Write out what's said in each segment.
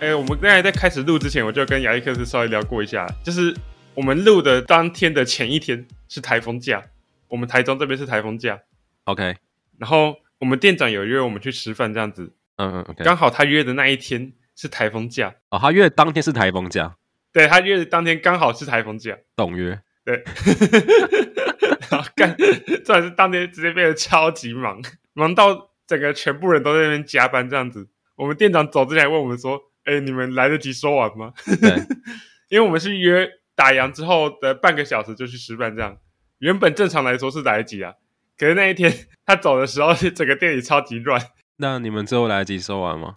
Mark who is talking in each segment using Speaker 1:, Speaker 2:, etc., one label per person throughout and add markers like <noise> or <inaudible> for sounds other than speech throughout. Speaker 1: 哎、我们刚才在开始录之前，我就跟亚历克斯稍微聊过一下，就是我们录的当天的前一天是台风假，我们台中这边是台风假，
Speaker 2: OK，
Speaker 1: 然后我们店长有约我们去吃饭这样子，
Speaker 2: 嗯嗯，OK。
Speaker 1: 刚好他约的那一天是台风假，
Speaker 2: 哦，他约当天是台风假，
Speaker 1: 对他约的当天刚好是台风假，<laughs>
Speaker 2: 懂约。
Speaker 1: 对，然后干，这然是当天直接变得超级忙，忙到整个全部人都在那边加班这样子。我们店长走之前还问我们说：“哎、你们来得及收完吗？”
Speaker 2: 对，
Speaker 1: 因为我们是约打烊之后的半个小时就去吃饭，这样原本正常来说是来得及啊，可是那一天 <laughs> 他走的时候，是整个店里超级乱，
Speaker 2: 那你们最后来得及收完吗？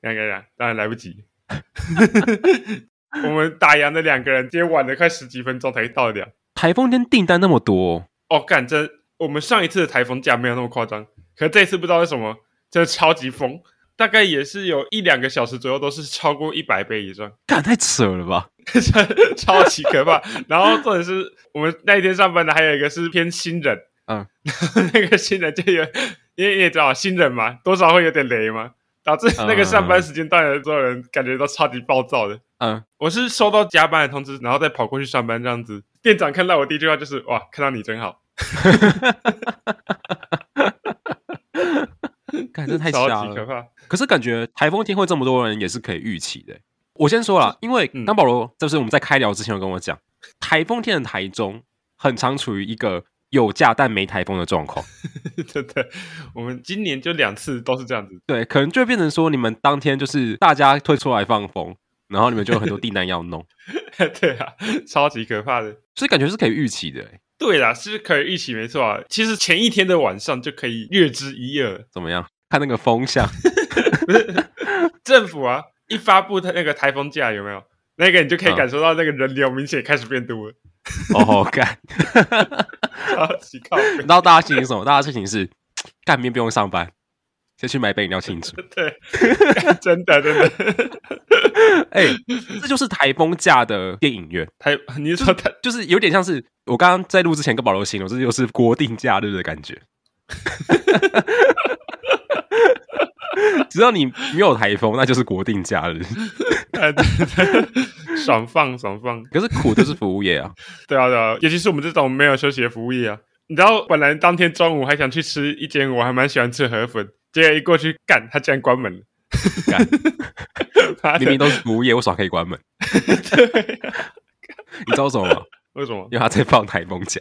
Speaker 1: 看看看，当然来不及。 <laughs> 我们打烊的两个人，今天晚了快十几分钟才到的。
Speaker 2: 台风天订单那么多、哦，
Speaker 1: 哦，干这我们上一次的台风假没有那么夸张，可这次不知道为什么，真的超级疯，大概也是有一两个小时左右，都是超过一百倍以上，
Speaker 2: 干太扯了吧？
Speaker 1: 超级可怕。然后重点是我们那一天上班的还有一个是偏新人，
Speaker 2: 嗯，
Speaker 1: <laughs> 那个新人就有，因为你也知道新人嘛，多少会有点雷嘛，导致那个上班时间到了之后，人感觉都超级暴躁的。
Speaker 2: 嗯，
Speaker 1: 我是收到加班的通知，然后再跑过去上班这样子。店长看到我第一句话就是：“哇，看到你真好。
Speaker 2: 干这”太瞎
Speaker 1: 超级可
Speaker 2: 了。
Speaker 1: 怕。 <laughs>
Speaker 2: 可是感觉台风天会这么多人也是可以预期的。我先说啦，因为
Speaker 1: 嗯
Speaker 2: 当保罗就是我们在开聊之前有跟我讲，台风天的台中很常处于一个有假但没台风的状况。
Speaker 1: 真的，我们今年就两次都是这样子。 <laughs>
Speaker 2: 对，可能就会变成说你们当天就是大家退出来放风，然后你们就有很多订单要弄，
Speaker 1: 对啊，超级可怕的。
Speaker 2: 所以感觉是可以预期的欸。
Speaker 1: 对啦，是可以预期没错啊。其实前一天的晚上就可以略知一二了。
Speaker 2: 怎么样？看那个风向， <laughs>
Speaker 1: 政府啊，一发布它那个台风假有没有？那个你就可以
Speaker 2: 嗯
Speaker 1: 感受到那个人流明显开始变多了，
Speaker 2: 哦吼干！
Speaker 1: 超级靠
Speaker 2: 你
Speaker 1: 北 <laughs>
Speaker 2: 知道大家心情是什么？大家心情是干面不用上班，先去买杯饮料
Speaker 1: <laughs>
Speaker 2: 庆祝。
Speaker 1: 对，真的真的。
Speaker 2: 哎、这就是台风假的电影院，
Speaker 1: 台，你说台
Speaker 2: 就是有点像是我刚刚在录之前跟保罗形容，这就是国定假日的感觉。只要你没有台风，那就是国定假日。
Speaker 1: 哎对对 <laughs> 爽放爽放，
Speaker 2: 可是苦就是服务业啊，
Speaker 1: 对啊对啊，尤其是我们这种没有休息的服务业啊。你知道，本来当天中午还想去吃一间我还蛮喜欢吃的河粉，结果一过去干，他竟然关门了。 <laughs>
Speaker 2: 干
Speaker 1: 妈的
Speaker 2: 明明都是服务业，为什么还可以关门？
Speaker 1: <laughs> 对啊
Speaker 2: 你知道为什么吗？
Speaker 1: <laughs> 为什么？
Speaker 2: 因为他在放台风假。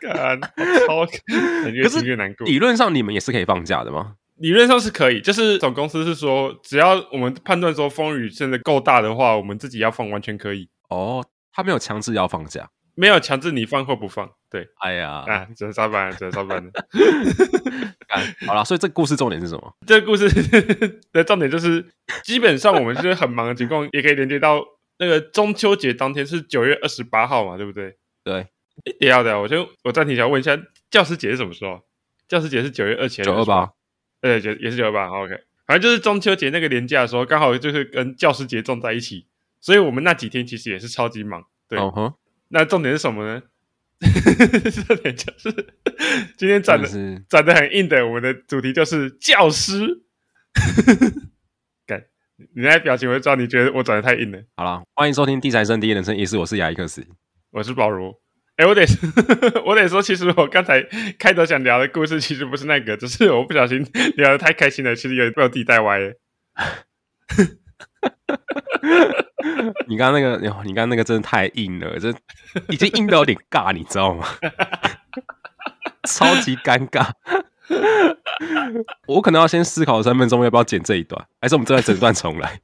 Speaker 1: 干超，
Speaker 2: <laughs>
Speaker 1: 可
Speaker 2: 可是
Speaker 1: 是越难过。
Speaker 2: 理论上你们也是可以放假的吗？
Speaker 1: 理论上是可以，就是总公司是说，只要我们判断说风雨真的够大的话，我们自己要放完全可以，
Speaker 2: 哦，他没有强制要放假。
Speaker 1: 没有强制你放或不放。对
Speaker 2: 哎呀，
Speaker 1: 啊，只能上班了，只能上班了。 <laughs>
Speaker 2: 干好啦，所以这个故事重点是什么？
Speaker 1: 这个故事的重点就是，基本上我们是很忙的情况，也可以连接到那个中秋节当天是九月二十八号嘛，对不对？
Speaker 2: 对，
Speaker 1: 诶等一下，等一啊下，我先我暂停一下，问一下教师节是什么时候啊？教师节是九月二七，
Speaker 2: 九二八，
Speaker 1: 对，也也是九二八。好 OK，反正就是中秋节那个年假的时候，刚好就是跟教师节撞在一起，所以我们那几天其实也是超级忙。对，
Speaker 2: 嗯哼，
Speaker 1: 那重点是什么呢？ <laughs> 重点就是今天
Speaker 2: 真
Speaker 1: 转
Speaker 2: 的
Speaker 1: 的
Speaker 2: 是
Speaker 1: 转的很硬的，我们的主题就是教师。干，你那表情我就知道你觉得我转的太硬了。
Speaker 2: 好啦，欢迎收听《地产生第一人生意思》，我是亚历克斯。
Speaker 1: 我是保罗。哎、我得 <laughs> 我得说，其实我刚才开头想聊的故事其实不是那个，只是我不小心聊的太开心了，其实有点被我自己带歪了。
Speaker 2: 你刚刚那个，哎呦你刚刚那个真的太硬了，这已经硬到有点尬，你知道吗？ <laughs> 超级尴尬。我可能要先思考三分钟，要不要剪这一段，还是我们这段整段重来？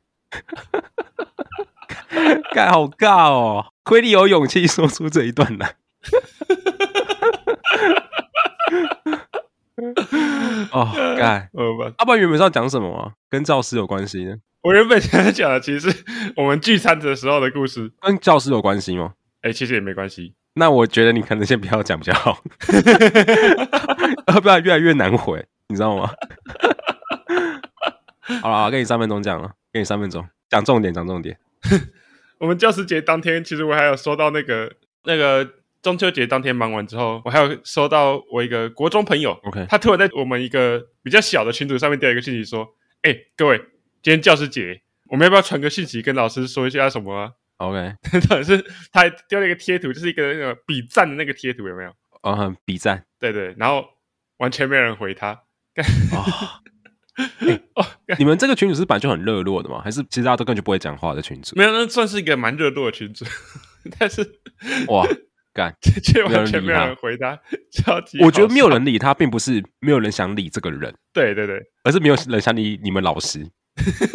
Speaker 2: <laughs> 干好尬哦！亏你有勇气说出这一段来。 <laughs> 哦，干！
Speaker 1: 呃，不
Speaker 2: 阿爸原本是要讲什么啊？跟教师有关系呢？
Speaker 1: 我原本想讲的其实是我们聚餐的时候的故事。
Speaker 2: 跟教师有关系吗？
Speaker 1: 哎、其实也没关系。
Speaker 2: 那我觉得你可能先不要讲比较好， <laughs> 要不然越来越难回，你知道吗？好了，给你三分钟讲了，给你三分钟讲重点，讲重点。
Speaker 1: 我们教师节当天，其实我还有收到那个那个中秋节当天忙完之后，我还有收到我一个国中朋友
Speaker 2: OK
Speaker 1: 他突然在我们一个比较小的群组上面掉一个信息说：“哎、各位，今天教师节，我们要不要传个信息跟老师说一下什么、啊？” <laughs>
Speaker 2: OK，
Speaker 1: 到底是他还丢了一个贴图，就是一个那个比赞的那个贴图，有没有？
Speaker 2: 哦，很比赞
Speaker 1: 对对，然后完全没有人回他。 <laughs>
Speaker 2: 啊！
Speaker 1: 哦，干
Speaker 2: 你们这个群主是本来就很热络的吗？还是其实大家都根本就不会讲话的群主？
Speaker 1: 没有，那算是一个蛮热络的群组， <laughs> 但是
Speaker 2: <laughs> 哇，干！
Speaker 1: 却完全没有
Speaker 2: 没有人理他
Speaker 1: 人回他，超级
Speaker 2: 我觉得没有
Speaker 1: 好笑。
Speaker 2: 人理他，并不是没有人想理这个人，
Speaker 1: 对对对，
Speaker 2: 而是没有人想理你们
Speaker 1: <laughs>
Speaker 2: 老师。 <laughs>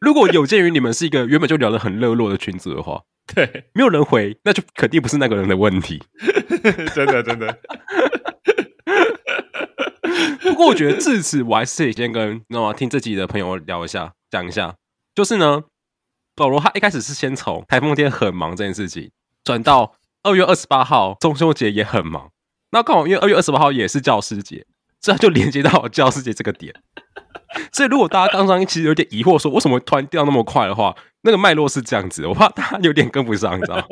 Speaker 2: 如果有鉴于你们是一个原本就聊得很热络的群组的话，
Speaker 1: 对， <laughs>
Speaker 2: 没有人回，那就肯定不是那个人的问题。
Speaker 1: 真的真的，
Speaker 2: 不过我觉得至此，我还是得先跟那么听这集的朋友聊一下，讲一下，就是呢，保罗他一开始是先从台风天很忙这件事情，转到二月二十八号中秋节也很忙，那刚好因为二月二十八号也是教师节，所以他就连接到教师节这个点。 <laughs> 所以如果大家刚刚其实有点疑惑，说为什么突然掉那么快的话，那个脉络是这样子，我怕大家有点跟不上，你知道吗？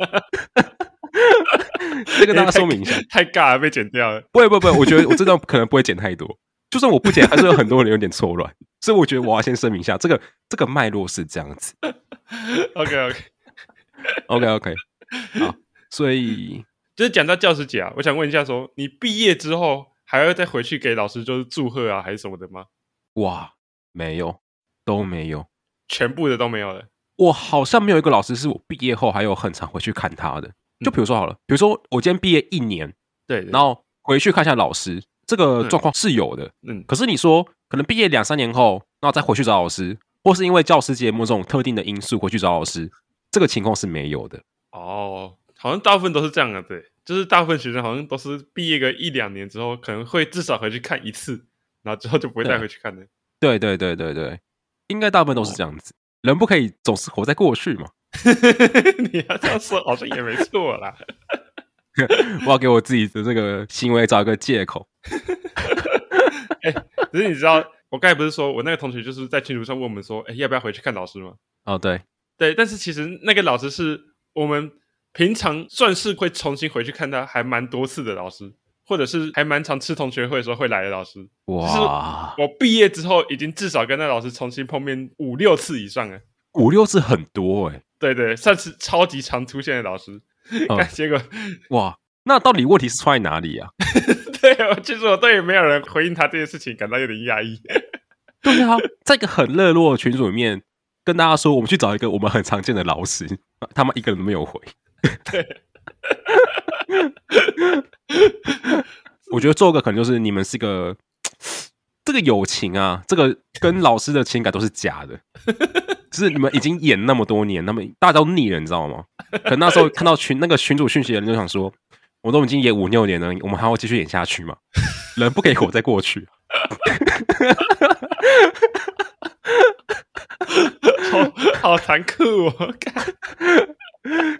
Speaker 2: <laughs> 这个大家说明一下。
Speaker 1: 太尬了，被剪掉了。
Speaker 2: 不会不会不会，我觉得我这段可能不会剪太多，就算我不剪，还是有很多人有点错乱，所以我觉得我要先声明一下，这个这个脉络是这样子。
Speaker 1: OK OK，
Speaker 2: OK OK，好，所以
Speaker 1: 就是讲到教师节啊，我想问一下说你毕业之后还要再回去给老师就是祝贺啊，还是什么的吗？
Speaker 2: 哇，没有都没有，
Speaker 1: 全部的都没有了。
Speaker 2: 我好像没有一个老师是我毕业后还有很常回去看他的。就比如说好了，比如说我今天毕业一年，
Speaker 1: 对，对
Speaker 2: 然后回去看一下老师，这个
Speaker 1: 嗯
Speaker 2: 状况是有的。
Speaker 1: 嗯，
Speaker 2: 可是你说，可能毕业两三年后，然后再回去找老师，或是因为教师节目这种特定的因素回去找老师，这个情况是没有的。
Speaker 1: 哦，好像大部分都是这样的，对，就是大部分学生好像都是毕业个一两年之后，可能会至少回去看一次，然后之后就不会再
Speaker 2: 对
Speaker 1: 回去看了。
Speaker 2: 对对对对对，应该大部分都是这样子。人不可以总是活在过去嘛。
Speaker 1: <laughs> 你要这样说，好像也没错啦。
Speaker 2: 我要给我自己的这个行为找一个借口。
Speaker 1: 可是你知道，我刚才不是说我那个同学就是在群组上问我们说，哎，要不要回去看老师吗？
Speaker 2: 哦，对，
Speaker 1: 对，但是其实那个老师是我们平常算是会重新回去看他，还蛮多次的老师，或者是还蛮常吃同学会的时候会来的老师。
Speaker 2: 哇，
Speaker 1: 我毕业之后已经至少跟那老师重新碰面五六次以上了。
Speaker 2: 五六次很多哎、
Speaker 1: 对对，算是超级常出现的老师。
Speaker 2: 嗯
Speaker 1: 但 <laughs> 结果，
Speaker 2: 哇，那到底问题是出在哪里啊？
Speaker 1: 对我其实我对于没有人回应他这件事情感到有点压抑。 <laughs>
Speaker 2: 对啊，在一个很热络的群组里面，跟大家说我们去找一个我们很常见的老师，他们一个人都没有回。 <laughs> 我觉得最后一个可能就是你们是一个这个友情啊，这个跟老师的情感都是假的，就是你们已经演那么多年，那么大家都腻了，你知道吗？可那时候看到群那个群主讯息的人就想说，我都已经演五六年了，我们还要继续演下去吗？人不可以活在过去。
Speaker 1: 好好残酷哦！干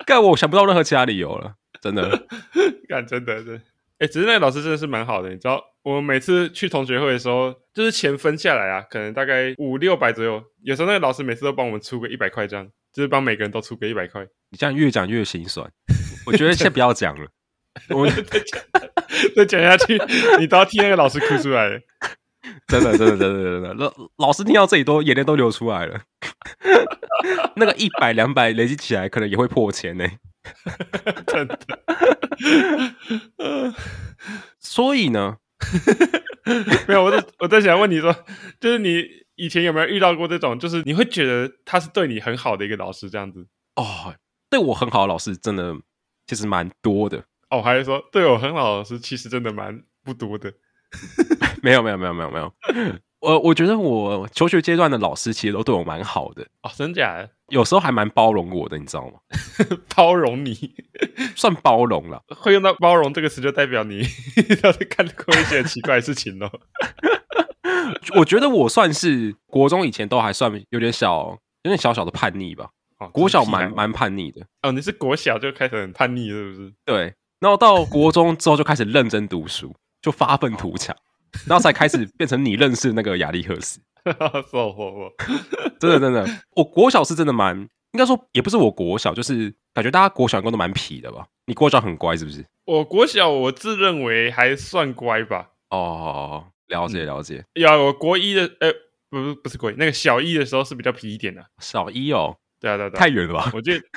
Speaker 2: 干，我想不到任何其他理由了，真的。
Speaker 1: 干，真的是，哎，只是那个老师真的是蛮好的，你知道，我们每次去同学会的时候，就是钱分下来啊，可能大概五六百左右，有时候那个老师每次都帮我们出个一百块这样，就是帮每个人都出个一百块。 <laughs>
Speaker 2: 你这样越讲越心酸，我觉得先不要讲了。我
Speaker 1: 再讲下去，你都要替那个老师哭出来了。 <laughs>
Speaker 2: 真的真的真的真的真的老老师听到这里都眼泪都流出来了。 <laughs> 那个一百两百累积起来，可能也会破千呢、
Speaker 1: 真的，呃
Speaker 2: 所以呢，
Speaker 1: 没有，我在我在想问你说，就是你以前有没有遇到过这种，就是你会觉得他是对你很好的一个老师这样子？
Speaker 2: 哦，对我很好的老师真的其实蛮多的。
Speaker 1: 哦，还是说对我很好的老师，其实真的蛮不多的。
Speaker 2: 没有没有没有没有没有，我我觉得我求学阶段的老师其实都对我蛮好的，
Speaker 1: 哦，真假 <laughs> 的？
Speaker 2: 有时候还蛮包容我的，你知道吗？
Speaker 1: 包容你，
Speaker 2: 算包容了。
Speaker 1: 会用到“包容”这个词，就代表你 <laughs> 要是看过一些奇怪的事情咯。
Speaker 2: 我觉得我算是国中以前都还算有点小，有点小小的叛逆吧。
Speaker 1: 哦，
Speaker 2: 国小
Speaker 1: 这是屁孩
Speaker 2: 蛮蛮叛逆的，
Speaker 1: 哦，你是国小就开始很叛逆，是不是？ <laughs>
Speaker 2: 对。然后到国中之后就开始认真读书，就发愤图强，然后才开始变成你认识那个亚历克斯。
Speaker 1: 哈哈，我我我，
Speaker 2: 真的真的，我国小是真的蛮，应应该说也不是我国小，就是感觉大家国小应该都蛮皮的吧？你国小很乖是不是？
Speaker 1: 我国小我自认为还算乖吧，
Speaker 2: 哦，了
Speaker 1: 嗯
Speaker 2: 解了解。
Speaker 1: 呀，我国一的，呃，不是不是国一，那个小一的时候是比较皮一点的、
Speaker 2: 小一哦，
Speaker 1: 对啊对啊，对啊
Speaker 2: 太远了吧？ <laughs>
Speaker 1: 我记得， <laughs>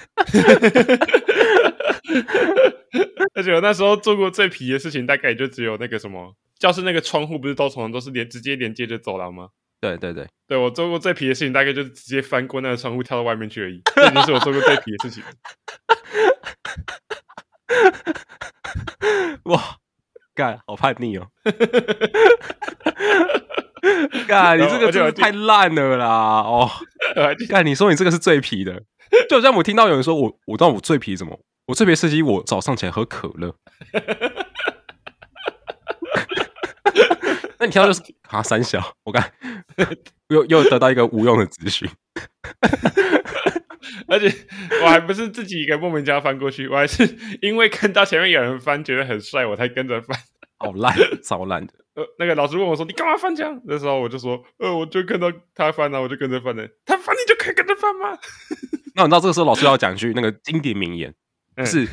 Speaker 1: 而且我那时候做过最皮的事情，大概也就只有那个什么，教室那个窗户不是都从都是连直接连接着走廊吗？
Speaker 2: 对对对，
Speaker 1: 对我做过最皮的事情，大概就是直接翻过那个窗户跳到外面去而已，这已经是我做过最皮的事情。
Speaker 2: 哇，干，好叛逆哦！ <laughs> 干，你这个真的太烂了啦！哦，
Speaker 1: <laughs> 而且
Speaker 2: 干，你说你这个是最皮的，就好像我听到有人说我，我知道我最皮什么，我最皮是因为我早上起来喝可乐。 <laughs> 那你听到就是啊，三小，我干， <laughs> 又又得到一个无用的资讯。
Speaker 1: 而且我还不是自己一个莫名其妙翻过去，我还是 <laughs> 因为看到前面有人翻，觉得很帅，我才跟着翻。
Speaker 2: 好烂，超烂的。
Speaker 1: 呃，那个老师问我说：“你干嘛翻墙？”那时候我就说：“呃，我就看到他翻啊了、我就跟着翻了。他翻你就可以跟着翻 <laughs> 吗？”
Speaker 2: 那你知道这个时候老师要讲一句那个经典名言，
Speaker 1: 嗯
Speaker 2: 是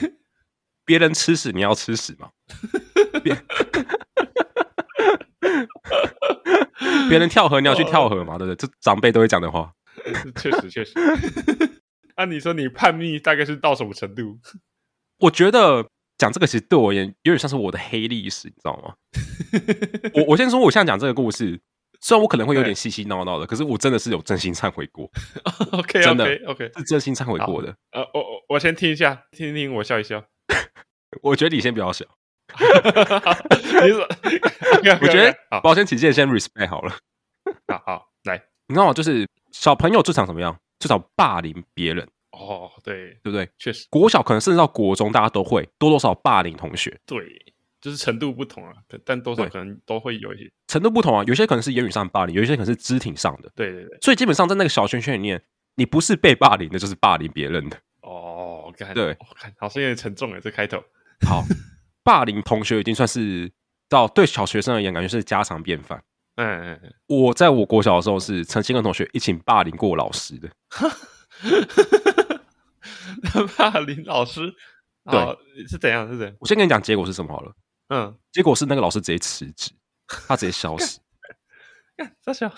Speaker 2: 别人吃屎你要吃屎嘛？别别人跳河你要去跳河嘛？对不对？这长辈都会讲的话。
Speaker 1: 确实 <laughs> 确实。按、啊你说你叛逆大概是到什么程度？
Speaker 2: 我觉得讲这个其实对我而言有点像是我的黑历史，你知道吗？我我先说，我现在讲这个故事，虽然我可能会
Speaker 1: 嗯
Speaker 2: 有点嬉嬉闹闹的，可是我真的是有真心忏悔过，
Speaker 1: <laughs> OK
Speaker 2: 真的
Speaker 1: OK OK，
Speaker 2: 是真心忏悔过的。
Speaker 1: 呃，我我我先听一下，听听我笑一笑。
Speaker 2: 我觉得你先不要笑，
Speaker 1: <laughs> 你说，
Speaker 2: <laughs> 我觉得
Speaker 1: <laughs> 好
Speaker 2: 保险起见先 respect 好了。
Speaker 1: 好好来
Speaker 2: 你知道吗？就是小朋友最常怎么样？最常霸凌别人，
Speaker 1: 哦，对，
Speaker 2: 对不对？
Speaker 1: 确实
Speaker 2: 国小可能甚至到国中，大家都会多多少少霸凌同学，
Speaker 1: 对，就是程度不同啊，但但多少
Speaker 2: 对
Speaker 1: 可能都会有一些。
Speaker 2: 程度不同啊。有些可能是言语上的霸凌，有些可能是肢体上的。
Speaker 1: 对对对，
Speaker 2: 所以基本上在那个小圈圈里面，你不是被霸凌的，就是霸凌别人的。
Speaker 1: 哦，我看，
Speaker 2: 对
Speaker 1: 我看，好像有点沉重哎，这开头。
Speaker 2: 好，霸凌同学已经算是到对小学生而言，感觉是家常便饭。
Speaker 1: 嗯嗯嗯，
Speaker 2: 我在我国小的时候是曾经跟同学一起霸凌过老师的，
Speaker 1: 嗯 <laughs> 那霸凌老师，
Speaker 2: 对
Speaker 1: 哦，是怎样？是怎样？
Speaker 2: 我先跟你讲结果是什么好了。
Speaker 1: 嗯，
Speaker 2: 结果是那个老师直接辞职，他直接消失
Speaker 1: 看大小，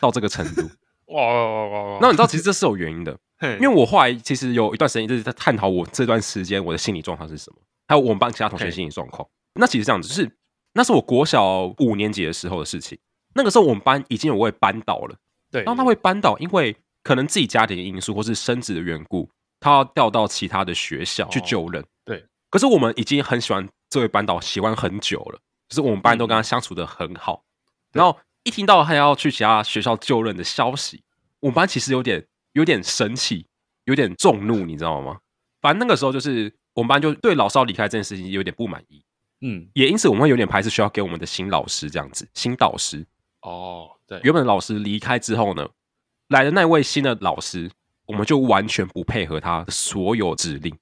Speaker 2: 到这个程度。
Speaker 1: 哇哇哇哇哇！
Speaker 2: 那你知道其实这是有原因的，
Speaker 1: 嘿
Speaker 2: 因为我后来其实有一段时间一直在探讨我这段时间我的心理状况是什么，还有我们班其他同学的心理状况。那其实这样子，就是那是我国小五年级的时候的事情。那个时候我们班已经有位班导了，
Speaker 1: 对，
Speaker 2: 然后他会班导，因为可能自己家庭的因素或是升职的缘故，他要调到其他的学校去
Speaker 1: 哦
Speaker 2: 救人。
Speaker 1: 对，
Speaker 2: 可是我们已经很喜欢这位班导，喜欢很久了，就是我们班都跟他相处的很好。
Speaker 1: 对
Speaker 2: 然后一听到他要去其他学校就任的消息，我们班其实有点有点生气，有点众怒，你知道吗？反正那个时候就是我们班就对老师要离开这件事情有点不满意，
Speaker 1: 嗯，
Speaker 2: 也因此我们会有点排斥学校给我们的新老师这样子，新导师。
Speaker 1: 哦，对，
Speaker 2: 原本老师离开之后呢，来的那位新的老师，我们就完全不配合他的所有指令。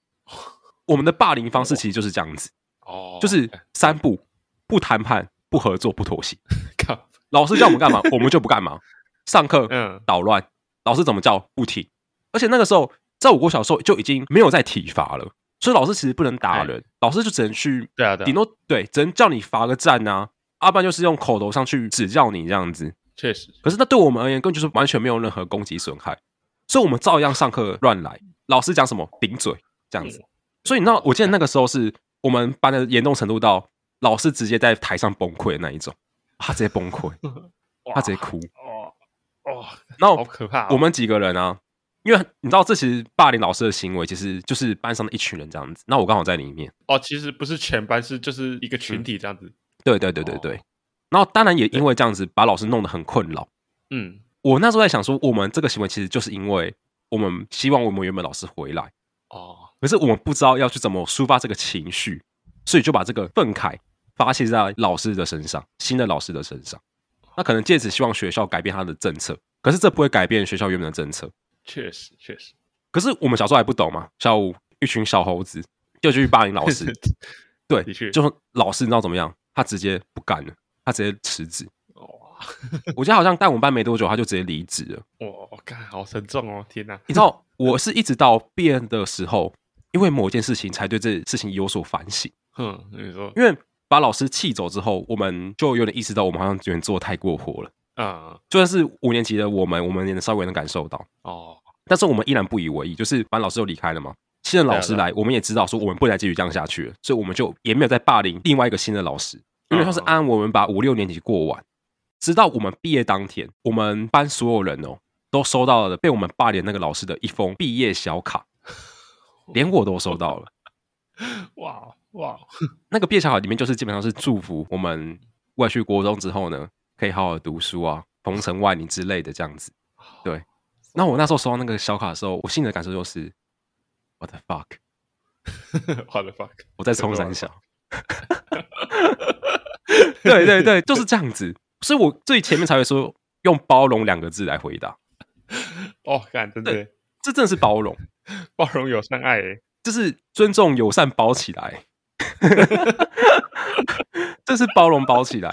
Speaker 2: 我们的霸凌方式其实就是这样子，
Speaker 1: 哦，
Speaker 2: 就是
Speaker 1: 哎
Speaker 2: 三不：不谈判、不合作、不妥协。 <laughs>
Speaker 1: 靠，
Speaker 2: 老师叫我们干
Speaker 1: <laughs>
Speaker 2: 嘛，我们就不干嘛。上课
Speaker 1: 嗯，
Speaker 2: 捣乱，老师怎么叫不听。而且那个时候，在我国小的时候就已经没有在体罚了，所以老师其实不能打人，老师就只能去
Speaker 1: 对哎啊，对啊，
Speaker 2: 顶多对，只能叫你罚个站啊，要不然就是用口头上去指教你这样子。
Speaker 1: 确实，
Speaker 2: 可是那对我们而言，根本就是完全没有任何攻击损害，所以我们照样上课乱来，老师讲什么顶嘴这样子。所以你知道，我记得那个时候是我们班的严重程度到老师直接在台上崩溃的那一种，他直接崩溃，
Speaker 1: 哇
Speaker 2: 他直接哭。
Speaker 1: 哦哦，
Speaker 2: 然
Speaker 1: 好
Speaker 2: 后
Speaker 1: 可怕哦！
Speaker 2: 我们几个人啊，因为你知道，这其实霸凌老师的行为，其实就是班上的一群人这样子。那我刚好在里面，
Speaker 1: 哦，其实不是全班，是就是一个群体这样子。
Speaker 2: 对对对对对。然后当然也因为这样子，把老师弄得很困扰。
Speaker 1: 嗯，
Speaker 2: 我那时候在想说，我们这个行为其实就是因为我们希望我们原本老师回来。
Speaker 1: 哦，
Speaker 2: 可是我们不知道要去怎么抒发这个情绪，所以就把这个愤慨发泄在老师的身上，新的老师的身上。那可能借此希望学校改变他的政策，可是这不会改变学校原本的政策。
Speaker 1: 确实确实，，
Speaker 2: 可是我们小时候还不懂嘛，小五一群小猴子就去霸凌老师
Speaker 1: <laughs>
Speaker 2: 对
Speaker 1: 的确，，
Speaker 2: 就是老师你知道怎么样？他直接不干了，他直接辞职。
Speaker 1: 哇
Speaker 2: 我记得好像带我们班没多久，他就直接离职了。
Speaker 1: 哇，干，好沉重哦！天哪，
Speaker 2: 你知道我是一直到毕业的时候，因为某件事情才对这事情有所反省。
Speaker 1: 哼，你说
Speaker 2: 因为把老师气走之后，我们就有点意识到我们好像有点做太过火了。
Speaker 1: 啊、
Speaker 2: 就算是五年级的我们，我们也能稍微能感受到，
Speaker 1: 哦， <laughs>
Speaker 2: 但是我们依然不以为意，就是反正老师都离开了嘛。新的老师
Speaker 1: 对啊
Speaker 2: 来，我们也知道说我们不能再继续这样下去了，所以我们就也没有再霸凌另外一个新的老师，因为他是
Speaker 1: 嗯
Speaker 2: 按我们把五六年级过完，直到我们毕业当天，我们班所有人哦都收到了被我们霸凌那个老师的一封毕业小卡，连我都收到了。
Speaker 1: 哇哇， <laughs>
Speaker 2: 那个毕业小卡里面就是基本上是祝福我们外去国中之后呢，可以好好读书啊，鹏程万里之类的这样子。对，那我那时候收到那个小卡的时候，我心里的感受就是，what the fuck，
Speaker 1: 我的 fuck， <laughs>
Speaker 2: 我在冲三小。对对对，就是这样子。所以我最前面才会说用包容两个字来回答，
Speaker 1: 哦，干，真的
Speaker 2: 这真的是包容，
Speaker 1: 包容友善爱耶，
Speaker 2: 就是尊重友善包起来， <laughs> 这是包容包起来。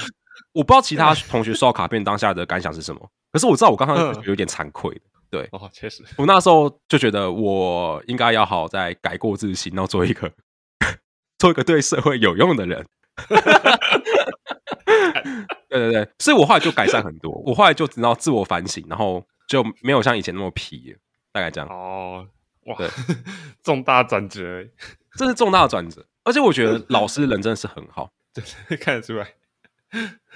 Speaker 2: 我不知道其他同学收到卡片当下的感想是什么，可是我知道我刚刚
Speaker 1: 嗯
Speaker 2: 有点惭愧的。
Speaker 1: 哦，确实，
Speaker 2: 我那时候就觉得我应该要好好再改过自新，然后做一个做一个对社会有用的人。 <laughs> 对对对，所以我后来就改善很多，我后来就知道自我反省，然后就没有像以前那么皮了，大概这样。
Speaker 1: 哦，哇
Speaker 2: 对，
Speaker 1: <laughs> 重大转折耶， <laughs>
Speaker 2: 这是重大的转折，而且我觉得老师人真的是很好。
Speaker 1: 看得出来，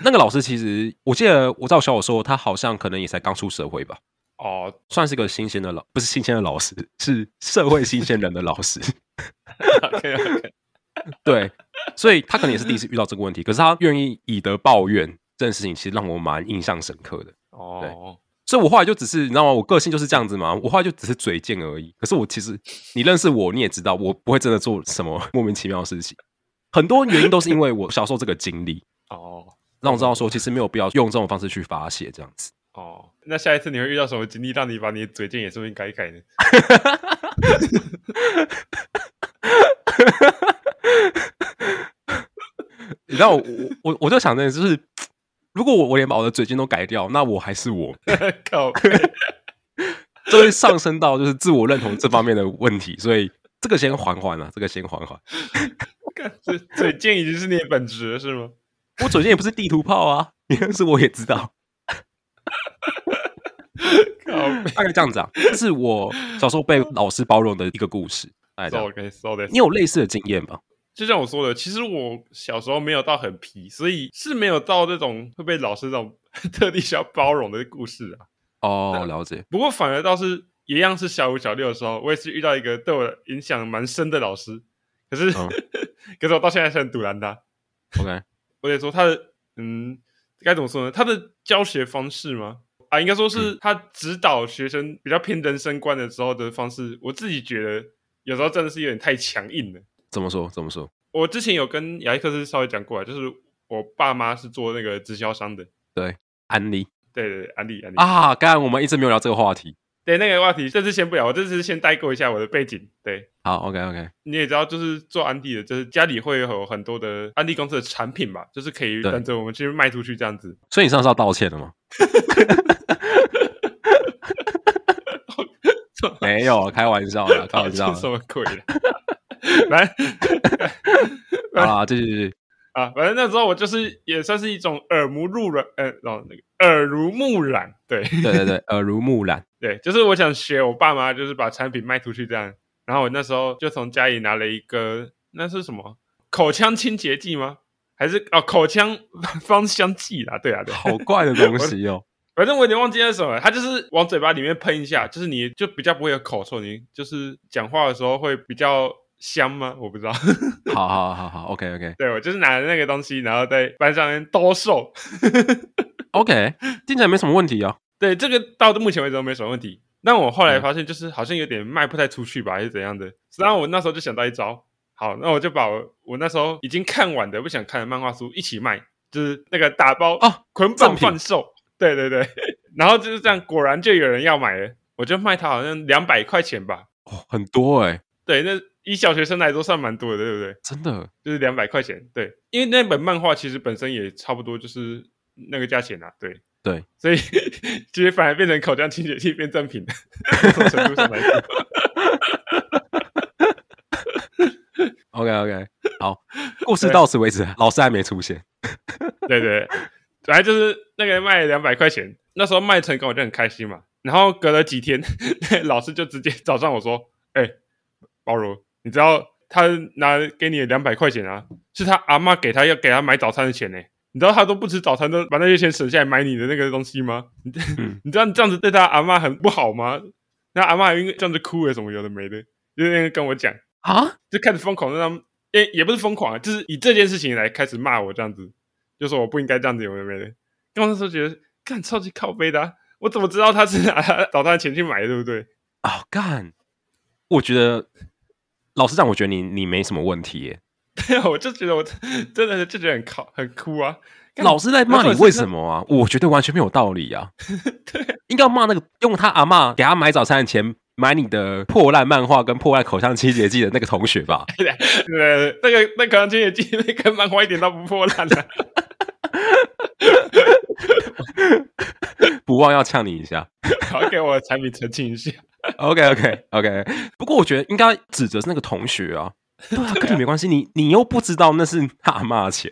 Speaker 2: 那个老师其实，我记得我照小我说，他好像可能也才刚出社会吧，
Speaker 1: 哦， <laughs>
Speaker 2: 算是个新鲜的老，不是新鲜的老师，是社会新鲜人的老师。
Speaker 1: 可以啊了可以了
Speaker 2: 对，所以他可能也是第一次遇到这个问题，可是他愿意以德报怨这件事情，其实让我蛮印象深刻的。
Speaker 1: 哦，
Speaker 2: 所以我后来就只是，你知道吗？我个性就是这样子嘛，我后来就只是嘴贱而已。可是我其实，你认识我，你也知道，我不会真的做什么 <laughs> 莫名其妙的事情。很多原因都是因为我小时候这个经历，
Speaker 1: 哦，
Speaker 2: 让我知道说，其实没有必要用这种方式去发泄这样子。
Speaker 1: 哦，那下一次你会遇到什么经历，让你把你的嘴贱也顺便改一改呢？ <laughs>
Speaker 2: 你知道我我我我就想着，就是如果我我连把我的嘴贱都改掉，那我还是我，
Speaker 1: 靠背，
Speaker 2: 就会上升到就是自我认同这方面的问题。所以这个先缓缓啊，这个先缓缓。
Speaker 1: 干嘴嘴贱已经是你的本质了，是吗？
Speaker 2: 我嘴贱也不是地图炮啊， <laughs> 你认识我也知道，
Speaker 1: 靠背，
Speaker 2: 大概这样子啊。这是我小时候被老师包容的一个故事，大概这样。
Speaker 1: 我跟你说的，
Speaker 2: 你有类似的经验吗？
Speaker 1: 就像我说的，其实我小时候没有到很皮，所以是没有到那种会被老师那种 <laughs> 特地想要包容的故事啊。
Speaker 2: 哦，了解。
Speaker 1: 不过反而倒是一样是小五小六的时候，我也是遇到一个对我影响蛮深的老师，可是、
Speaker 2: 嗯
Speaker 1: <laughs> 可是我到现在还是很堵啊拦他。
Speaker 2: OK，
Speaker 1: 我得说他的嗯该怎么说呢？他的教学方式吗？啊，应该说
Speaker 2: 嗯
Speaker 1: 是他指导学生比较偏人生观的时候的方式，我自己觉得有时候真的是有点太强硬了。
Speaker 2: 怎么说？怎么说？
Speaker 1: 我之前有跟雅伊克斯稍微讲过啊，就是我爸妈是做那个直销商的，
Speaker 2: 安利
Speaker 1: 对对对，安利安利。
Speaker 2: 啊，刚才我们一直没有聊这个话题。
Speaker 1: 对那个话题，这次先不聊，我这次先代购一下我的背景。对，
Speaker 2: 好，OK OK，
Speaker 1: 你也知道，就是做安利的，就是家里会有很多的安利公司的产品吧，就是可以
Speaker 2: 对
Speaker 1: 等着我们去卖出去这样子。
Speaker 2: 所以你上次要道歉了吗？没有，啊开玩笑的，开玩
Speaker 1: <laughs>
Speaker 2: 笑
Speaker 1: 这是什
Speaker 2: 的。
Speaker 1: 么鬼啊啦？来，
Speaker 2: 好啦，继续继续。
Speaker 1: 啊，反正那时候我就是也算是一种耳目入染，呃，哦，那个耳濡目染，对 <laughs>
Speaker 2: 对对对，耳濡目染。
Speaker 1: 对，就是我想学我爸妈，就是把产品卖出去这样。然后我那时候就从家里拿了一个，那是什么口腔清洁剂吗？还是哦口腔芳香剂啦？对啊，对啊，
Speaker 2: 好怪的东西哦。
Speaker 1: 反正我有点忘记那是什么了，它就是往嘴巴里面喷一下，就是你就比较不会有口臭，你就是讲话的时候会比较香吗？我不知道。
Speaker 2: 好好好好，OK OK
Speaker 1: 对，我就是拿着那个东西，然后在班上面兜售。
Speaker 2: OK，听起来没什么问题啊。
Speaker 1: 对，这个到目前为止都没什么问题。但我
Speaker 2: 嗯
Speaker 1: 后来发现，就是好像有点卖不太出去吧，还是怎样的。然后我那时候就想到一招，好，那我就把我我那时候已经看完的不想看的漫画书一起卖，就是那个打包
Speaker 2: 哦，
Speaker 1: 捆
Speaker 2: 赠
Speaker 1: 绑
Speaker 2: 品
Speaker 1: 贩售。对对 <laughs> 对，然后就是这样，果然就有人要买了，我就卖它好像两百块钱吧。
Speaker 2: 哦，很多哎、
Speaker 1: 对，那以小学生来说算蛮多的，对不对？
Speaker 2: 真的
Speaker 1: 就是两百块钱。对，因为那本漫画其实本身也差不多就是那个价钱啊。对，
Speaker 2: 对，
Speaker 1: 所以 <laughs> 其实反而变成口腔清洁剂变正品了， <laughs> 从程度上来说，
Speaker 2: OK OK，好，故事到此为止，老师还没出现。
Speaker 1: 对对，对反正就是那个卖两百块钱，那时候卖成功我就很开心嘛。然后隔了几天， <laughs> 老师就直接找上我说：“哎、包如，你知道他拿给你两百块钱啊，是他阿妈给他要给他买早餐的钱呢、你知道他都不吃早餐，都把那些钱省下来买你的那个东西吗？你这
Speaker 2: 嗯
Speaker 1: 你知道你这样子对他阿妈很不好吗？那阿妈因为这样子哭了什么有的没的，就那个跟我讲。”
Speaker 2: 啊，
Speaker 1: 就开始疯狂地让他们，也也不是疯狂啊，就是以这件事情来开始骂我这样子，就说我不应该这样子，有没有没的。刚那时候觉得，干超级靠背的啊、我怎么知道他是 <laughs> 拿找他的钱去买的，对不对？ <laughs>
Speaker 2: 好、哦干！我觉得，老实讲，我觉得你你没什么问题耶。
Speaker 1: 对啊，我就觉得我 <laughs> 真的就觉得很靠很哭啊。干
Speaker 2: 老师在骂
Speaker 1: 那
Speaker 2: 你
Speaker 1: 时候
Speaker 2: 为什么啊？我觉得完全没有道理啊。 <laughs> 对，应该要骂那个用他阿嬷给他买早餐的钱买你的破烂漫画跟破烂口腔清洁剂的那个同学吧。
Speaker 1: 呃，那个那可能清洁剂那个漫画一点都不破烂啊。
Speaker 2: 不忘要呛你一下。
Speaker 1: 好，给我的产品澄清一下。
Speaker 2: OK OK OK，不过我觉得应该指责是那个同学啊。对啊，跟你没关系，你你又不知道那是他阿嬷的钱。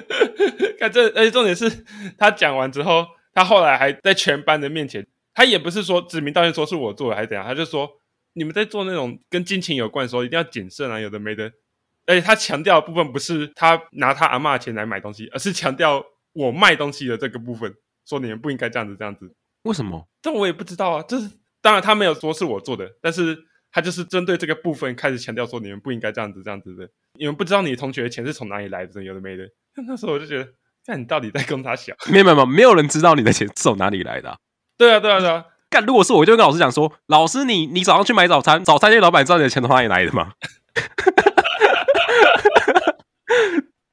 Speaker 1: <laughs> 看这，而且重点是他讲完之后，他后来还在全班的面前，他也不是说指名道姓说是我做的还是怎样，他就说你们在做那种跟金钱有关的时候，一定要谨慎啊，有的没的。而且他强调的部分不是他拿他阿嬷的钱来买东西，而是强调我卖东西的这个部分，说你们不应该这样子这样子。
Speaker 2: 为什么？
Speaker 1: 但我也不知道啊，就是当然他没有说是我做的，但是他就是针对这个部分开始强调说你们不应该这样子这样子的，你们不知道你同学的钱是从哪里来的，有的没的。 <laughs> 那时候我就觉得，那你到底在跟他小？
Speaker 2: 没有没有没有，没有人知道你的钱是从哪里来的啊、
Speaker 1: <laughs> 对啊，对啊，对啊，
Speaker 2: 干，如果是我，我就跟老师讲说，老师你你早上去买早餐，早餐店老板知道你的钱从哪里来的吗？ <laughs>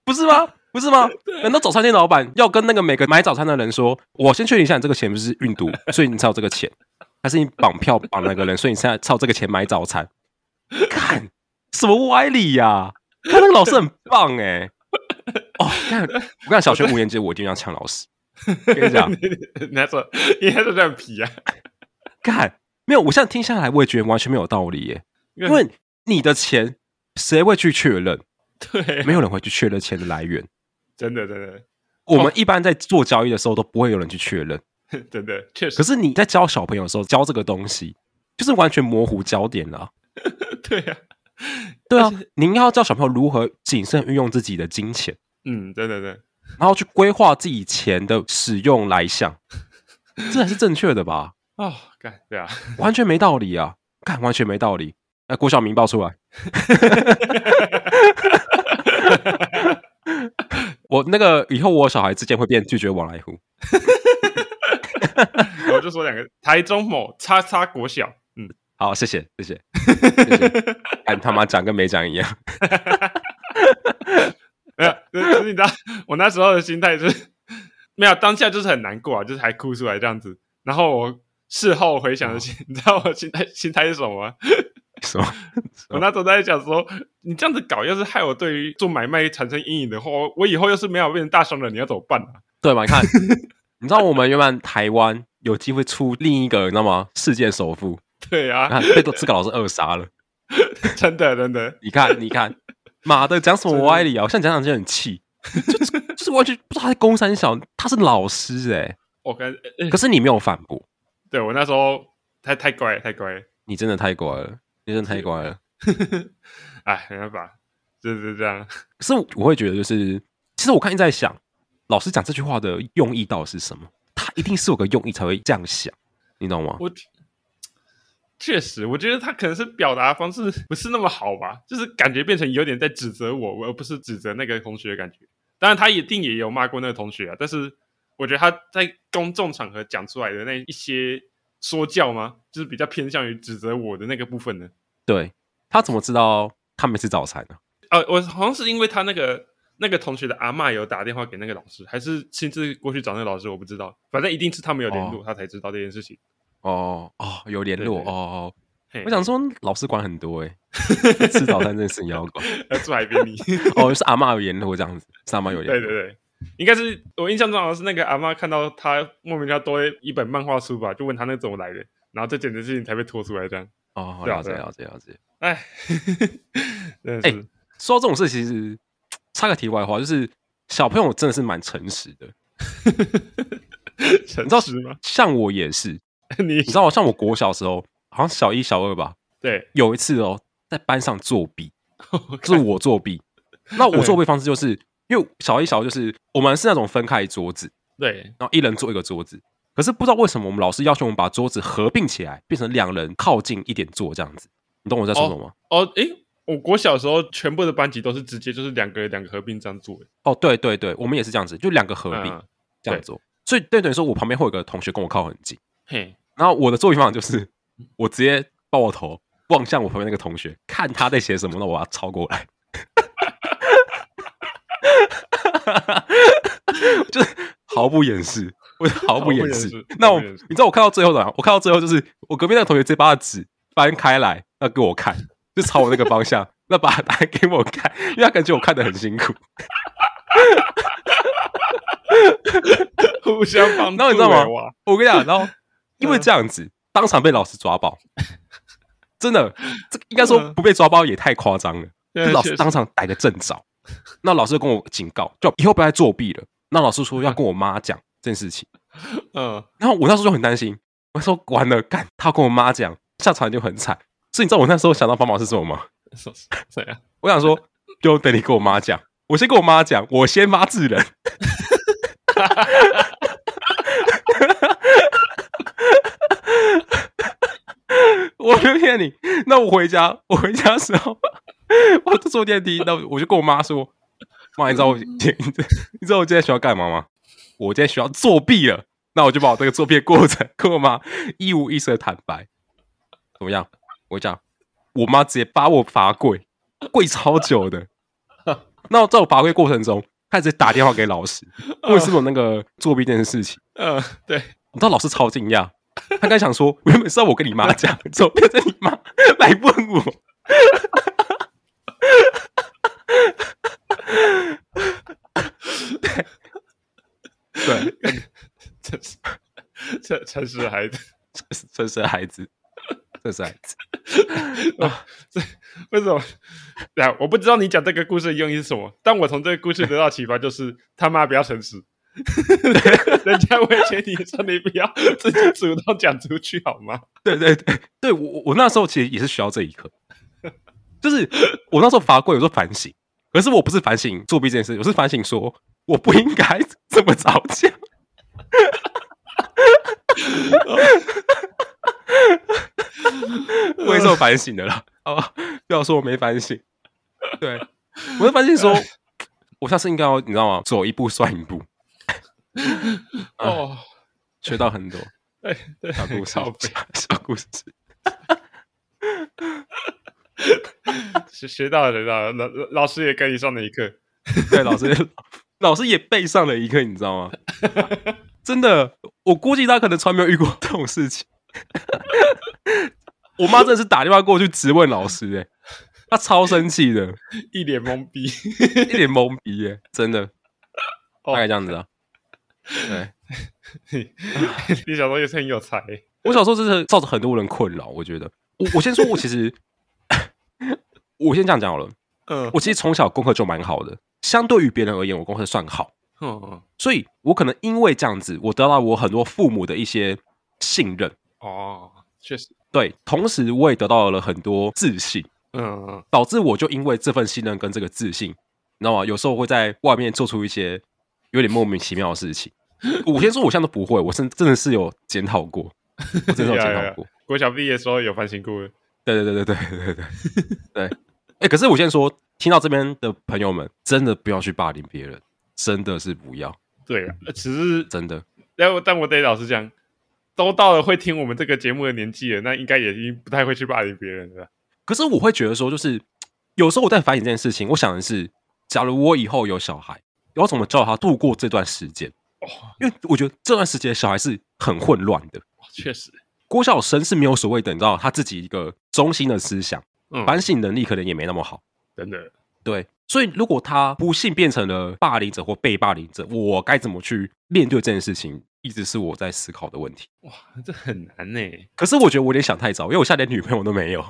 Speaker 2: 不是吗？不是吗？难道早餐店老板要跟那个每个买早餐的人说，我先确定一下你这个钱不是运毒，所以你才有这个钱，还是你绑票绑那个人，所以你现在靠这个钱买早餐？看什么歪理呀、他那个老师很棒哎、哦，看我看小学五年级，我一定要呛老师。跟
Speaker 1: <laughs>
Speaker 2: 你讲，
Speaker 1: 你还说你还说这样皮啊？
Speaker 2: 干，没有，我现在听下来，我也觉得完全没有道理耶。
Speaker 1: 因
Speaker 2: 因为你的钱，谁会去确认？
Speaker 1: <laughs> 对，啊
Speaker 2: 没有人会去确认钱的来源。
Speaker 1: 真的，真的， <laughs>
Speaker 2: 我们一般在做交易的时候都不会有人去确认，
Speaker 1: 真的，确实
Speaker 2: 可，是你在教小朋友的时候教这个东西，就是完全模糊焦点了啊、
Speaker 1: 对啊，
Speaker 2: 对啊，你应该要教小朋友如何谨慎运用自己的金钱，
Speaker 1: 嗯，真的，真的，
Speaker 2: 然后去规划自己钱的使用来向，这才是正确的吧？
Speaker 1: 哦，干，对啊， <laughs>
Speaker 2: 完全没道理啊！看，完全没道理。那、郭晓明爆出来，我那个以后我小孩之间会变拒绝往来户。
Speaker 1: 我就说两个，台中某叉叉国小，嗯，
Speaker 2: 好，谢谢，谢谢，谢谢。按他妈讲跟没讲一样。
Speaker 1: <laughs> 没有，就是你知道，我那时候的心态就是没有当下就是很难过啊，就是还哭出来这样子。然后我事后回想的心， <laughs> 你知道我心态心态是什么吗？
Speaker 2: 什么？
Speaker 1: 我那时候在想说，你这样子搞，要是害我对于做买卖产生阴影的话，我我以后要是没有变成大商人，你要怎么办啊？ <laughs>
Speaker 2: 对嘛？你看，你知道我们原本台湾有机会出另一个，你知道吗？世界首富，
Speaker 1: 对
Speaker 2: 你
Speaker 1: 啊
Speaker 2: 看，被这个老师扼杀了。
Speaker 1: 真的真的，
Speaker 2: 你看，你看，妈的，讲什么歪理啊！我现在讲讲就很气，就是就是完全不知道他在攻三小，他是老师哎、
Speaker 1: 我感觉，呃
Speaker 2: 可是你没有反驳，
Speaker 1: 对我那时候太太乖了太乖了，
Speaker 2: 你真的太乖了，你真的太乖了。
Speaker 1: 哎，没办法，就是这样。
Speaker 2: 可是我会觉得，就是其实我看一直在想，老师讲这句话的用意到底是什么？他一定是有个用意才会这样想，你懂吗？
Speaker 1: 我确实，我觉得他可能是表达方式不是那么好吧，就是感觉变成有点在指责我，而不是指责那个同学的感觉。当然，他一定也有骂过那个同学啊，但是我觉得他在公众场合讲出来的那一些说教吗，就是比较偏向于指责我的那个部分呢。
Speaker 2: 对他怎么知道他没吃早餐呢、
Speaker 1: 呃，我好像是因为他那个那个同学的阿嬷有打电话给那个老师，还是亲自过去找那个老师，我不知道。反正一定是他们有联络，他才知道这件事情。
Speaker 2: 哦哦，有联络
Speaker 1: 对对
Speaker 2: 哦哦。
Speaker 1: 嘿
Speaker 2: 我想说，老师管很多 <laughs> 哎、吃早餐这件事情也要管。
Speaker 1: 要住海边里，
Speaker 2: <laughs> 哦，是阿嬷有联络这样子，是阿嬷有联
Speaker 1: 对对
Speaker 2: 络。
Speaker 1: 对，应该是我印象中好像是那个阿妈看到他莫名其妙多一本漫画书吧，就问他那怎么来的，然后这件的事情才被拖出来这样。
Speaker 2: 哦，
Speaker 1: 对啊
Speaker 2: 了解
Speaker 1: 对啊
Speaker 2: 了解了解。
Speaker 1: 哎， <laughs> 真的是，
Speaker 2: 说到这种事，其实插个题外话，就是小朋友真的是蛮诚实的。
Speaker 1: 诚
Speaker 2: <laughs> 你知道
Speaker 1: 实吗？
Speaker 2: <laughs> 像我也是，
Speaker 1: 你
Speaker 2: 你知道吗？像我国小时候，好像小一、小二吧，
Speaker 1: 对，
Speaker 2: 有一次哦，在班上作弊，是
Speaker 1: 看
Speaker 2: 我作弊。那我
Speaker 1: 对
Speaker 2: 作弊方式就是，因为小一、小二就是我们是那种分开桌子，
Speaker 1: <laughs> 对
Speaker 2: 然后一人坐一个桌子。可是不知道为什么，我们老师要求我们把桌子合并起来，变成两人靠近一点坐这样子。你懂我在说什么吗？
Speaker 1: 哦，诶，我国小时候全部的班级都是直接就是两个人两个合并这样做，诶
Speaker 2: 哦，对对对，我们也是这样子，就两个合并、
Speaker 1: 嗯
Speaker 2: 这样做。所以对等于说，我旁边会有个同学跟我靠很近，
Speaker 1: 嘿， <laughs>
Speaker 2: 然后我的作弊方法就是，我直接抱我头望向我旁边那个同学，看他在写什么，那我把他抄过来。就是毫不掩饰，我就毫不掩
Speaker 1: 毫不掩
Speaker 2: 饰
Speaker 1: 饰。
Speaker 2: 那
Speaker 1: 毫
Speaker 2: 我
Speaker 1: 不掩饰
Speaker 2: 你知道我看到最后的，我看到最后就是我隔壁那个同学直接把他的纸翻开来要给我看，就朝我那个方向，那把答案给我看，因为他感觉我看的很辛苦。
Speaker 1: 互相帮助，
Speaker 2: 然后你知道吗
Speaker 1: 诶哇，
Speaker 2: 我跟你讲，
Speaker 1: <laughs>
Speaker 2: 然后因
Speaker 1: 嗯
Speaker 2: 为这样子，当场被老师抓包，真的，这个应该说
Speaker 1: 嗯
Speaker 2: 不被抓包也太夸张了，就
Speaker 1: 对 <laughs>
Speaker 2: 老
Speaker 1: 确
Speaker 2: 师
Speaker 1: 实
Speaker 2: 当场逮个正着。那老师就跟我警告，就以后不要再作弊了。那老师说要跟我妈讲这件事情，
Speaker 1: 嗯，
Speaker 2: 然后我那时候就很担心，我说完了，干，他跟我妈讲，下场一定很惨。所以你知道我那时候想到方法是什么吗？
Speaker 1: 是是这样，
Speaker 2: 我想说，就等你跟我妈讲，我先跟我妈讲，我先发制人。我没有骗你，那我回家，我回家的时候，我就坐电梯，那我就跟我妈说：“妈，你知道我今天 <laughs> 你知道我今天在学校干嘛吗？我今天在学校作弊了。”那我就把我这个作弊的过程跟我妈一五一十的坦白，怎么样？我讲，我妈直接把我罚跪，跪超久的。那我在我罚跪过程中，她直接打电话给老师，问是不是有那个作弊这件事情。
Speaker 1: 嗯，对，
Speaker 2: 你知道老师超惊讶，他刚想说， <laughs> 原本是要我跟你妈讲，怎么变成你妈来问我？ <laughs> 对，
Speaker 1: 诚 <laughs> 实，诚诚实的孩子。
Speaker 2: 这是孩子，这是孩子。
Speaker 1: <laughs> 为什么？啊，我不知道你讲这个故事的用意是什么，但我从这个故事得到启发就是，他妈不要诚实， <laughs> 人家威胁你说你不要自己主动讲出去好吗？
Speaker 2: <laughs> 对对对，对我我我那时候其实也是学到这一课，就是我那时候罚跪，我说反省，可是我不是反省作弊这件事，我是反省说我不应该 <laughs> 这么早讲。 <laughs> 我也是有反省的啦，哦，不要说我没反省，对我就反省说，我下次应该要你知道吗？走一步算一步，
Speaker 1: 哦，
Speaker 2: 学到很多
Speaker 1: 哎，对，
Speaker 2: 小故事
Speaker 1: 靠北，
Speaker 2: 小故事。
Speaker 1: 学学到了，学到了，老老老师也跟你上了一课，
Speaker 2: <laughs> 对，老师老师也背上了一课，你知道吗？真的，我估计他可能从来没有遇过 <laughs> 这种事情。我妈真的是打电话过去质问老师、欸，她超生气的，
Speaker 1: 一脸懵逼。 <laughs>
Speaker 2: 一脸懵逼、欸，真的，
Speaker 1: 哦
Speaker 2: 大概这样子啊。对，
Speaker 1: 你小时候也是很有才，
Speaker 2: 我小时候真的造成很多人困扰，我觉得。我我先说，我其实， <laughs> 我先这样讲好了。
Speaker 1: 嗯，
Speaker 2: 我其实从小功课就蛮好的，相对于别人而言，我功课算好。
Speaker 1: 哦
Speaker 2: 所以我可能因为这样子，我得到我很多父母的一些信任，
Speaker 1: 哦，确实，
Speaker 2: 对，同时我也得到了很多自信，
Speaker 1: 嗯，
Speaker 2: 导致我就因为这份信任跟这个自信，你知道吗？有时候会在外面做出一些有点莫名其妙的事情。我先说，我现在都不会，我真真的是有检讨过，我真的有检讨过。
Speaker 1: 国小毕业的时候有反省过，
Speaker 2: 对对对对对对对对。 <laughs> 哎、可是我先说，听到这边的朋友们，真的不要去霸凌别人，真的是不要，
Speaker 1: 对啊，只是
Speaker 2: 真的。
Speaker 1: 但我但我得老实讲，都到了会听我们这个节目的年纪了，那应该也已经不太会去霸凌别人了。
Speaker 2: 可是我会觉得说，就是有时候我在反省这件事情，我想的是，假如我以后有小孩，我要怎么教他度过这段时间？
Speaker 1: 哦
Speaker 2: 因为我觉得这段时间小孩是很混乱的，
Speaker 1: 确实，
Speaker 2: 郭晓生是没有所谓的，你知道他自己一个中心的思想，
Speaker 1: 嗯，
Speaker 2: 反省能力可能也没那么好。
Speaker 1: 真的， <laughs>
Speaker 2: 对，所以如果他不幸变成了霸凌者或被霸凌者，我该怎么去面对这件事情，一直是我在思考的问题。
Speaker 1: 哇，这很难呢、 <laughs>
Speaker 2: 可是我觉得我有点想太早，因为我现在连女朋友都没有。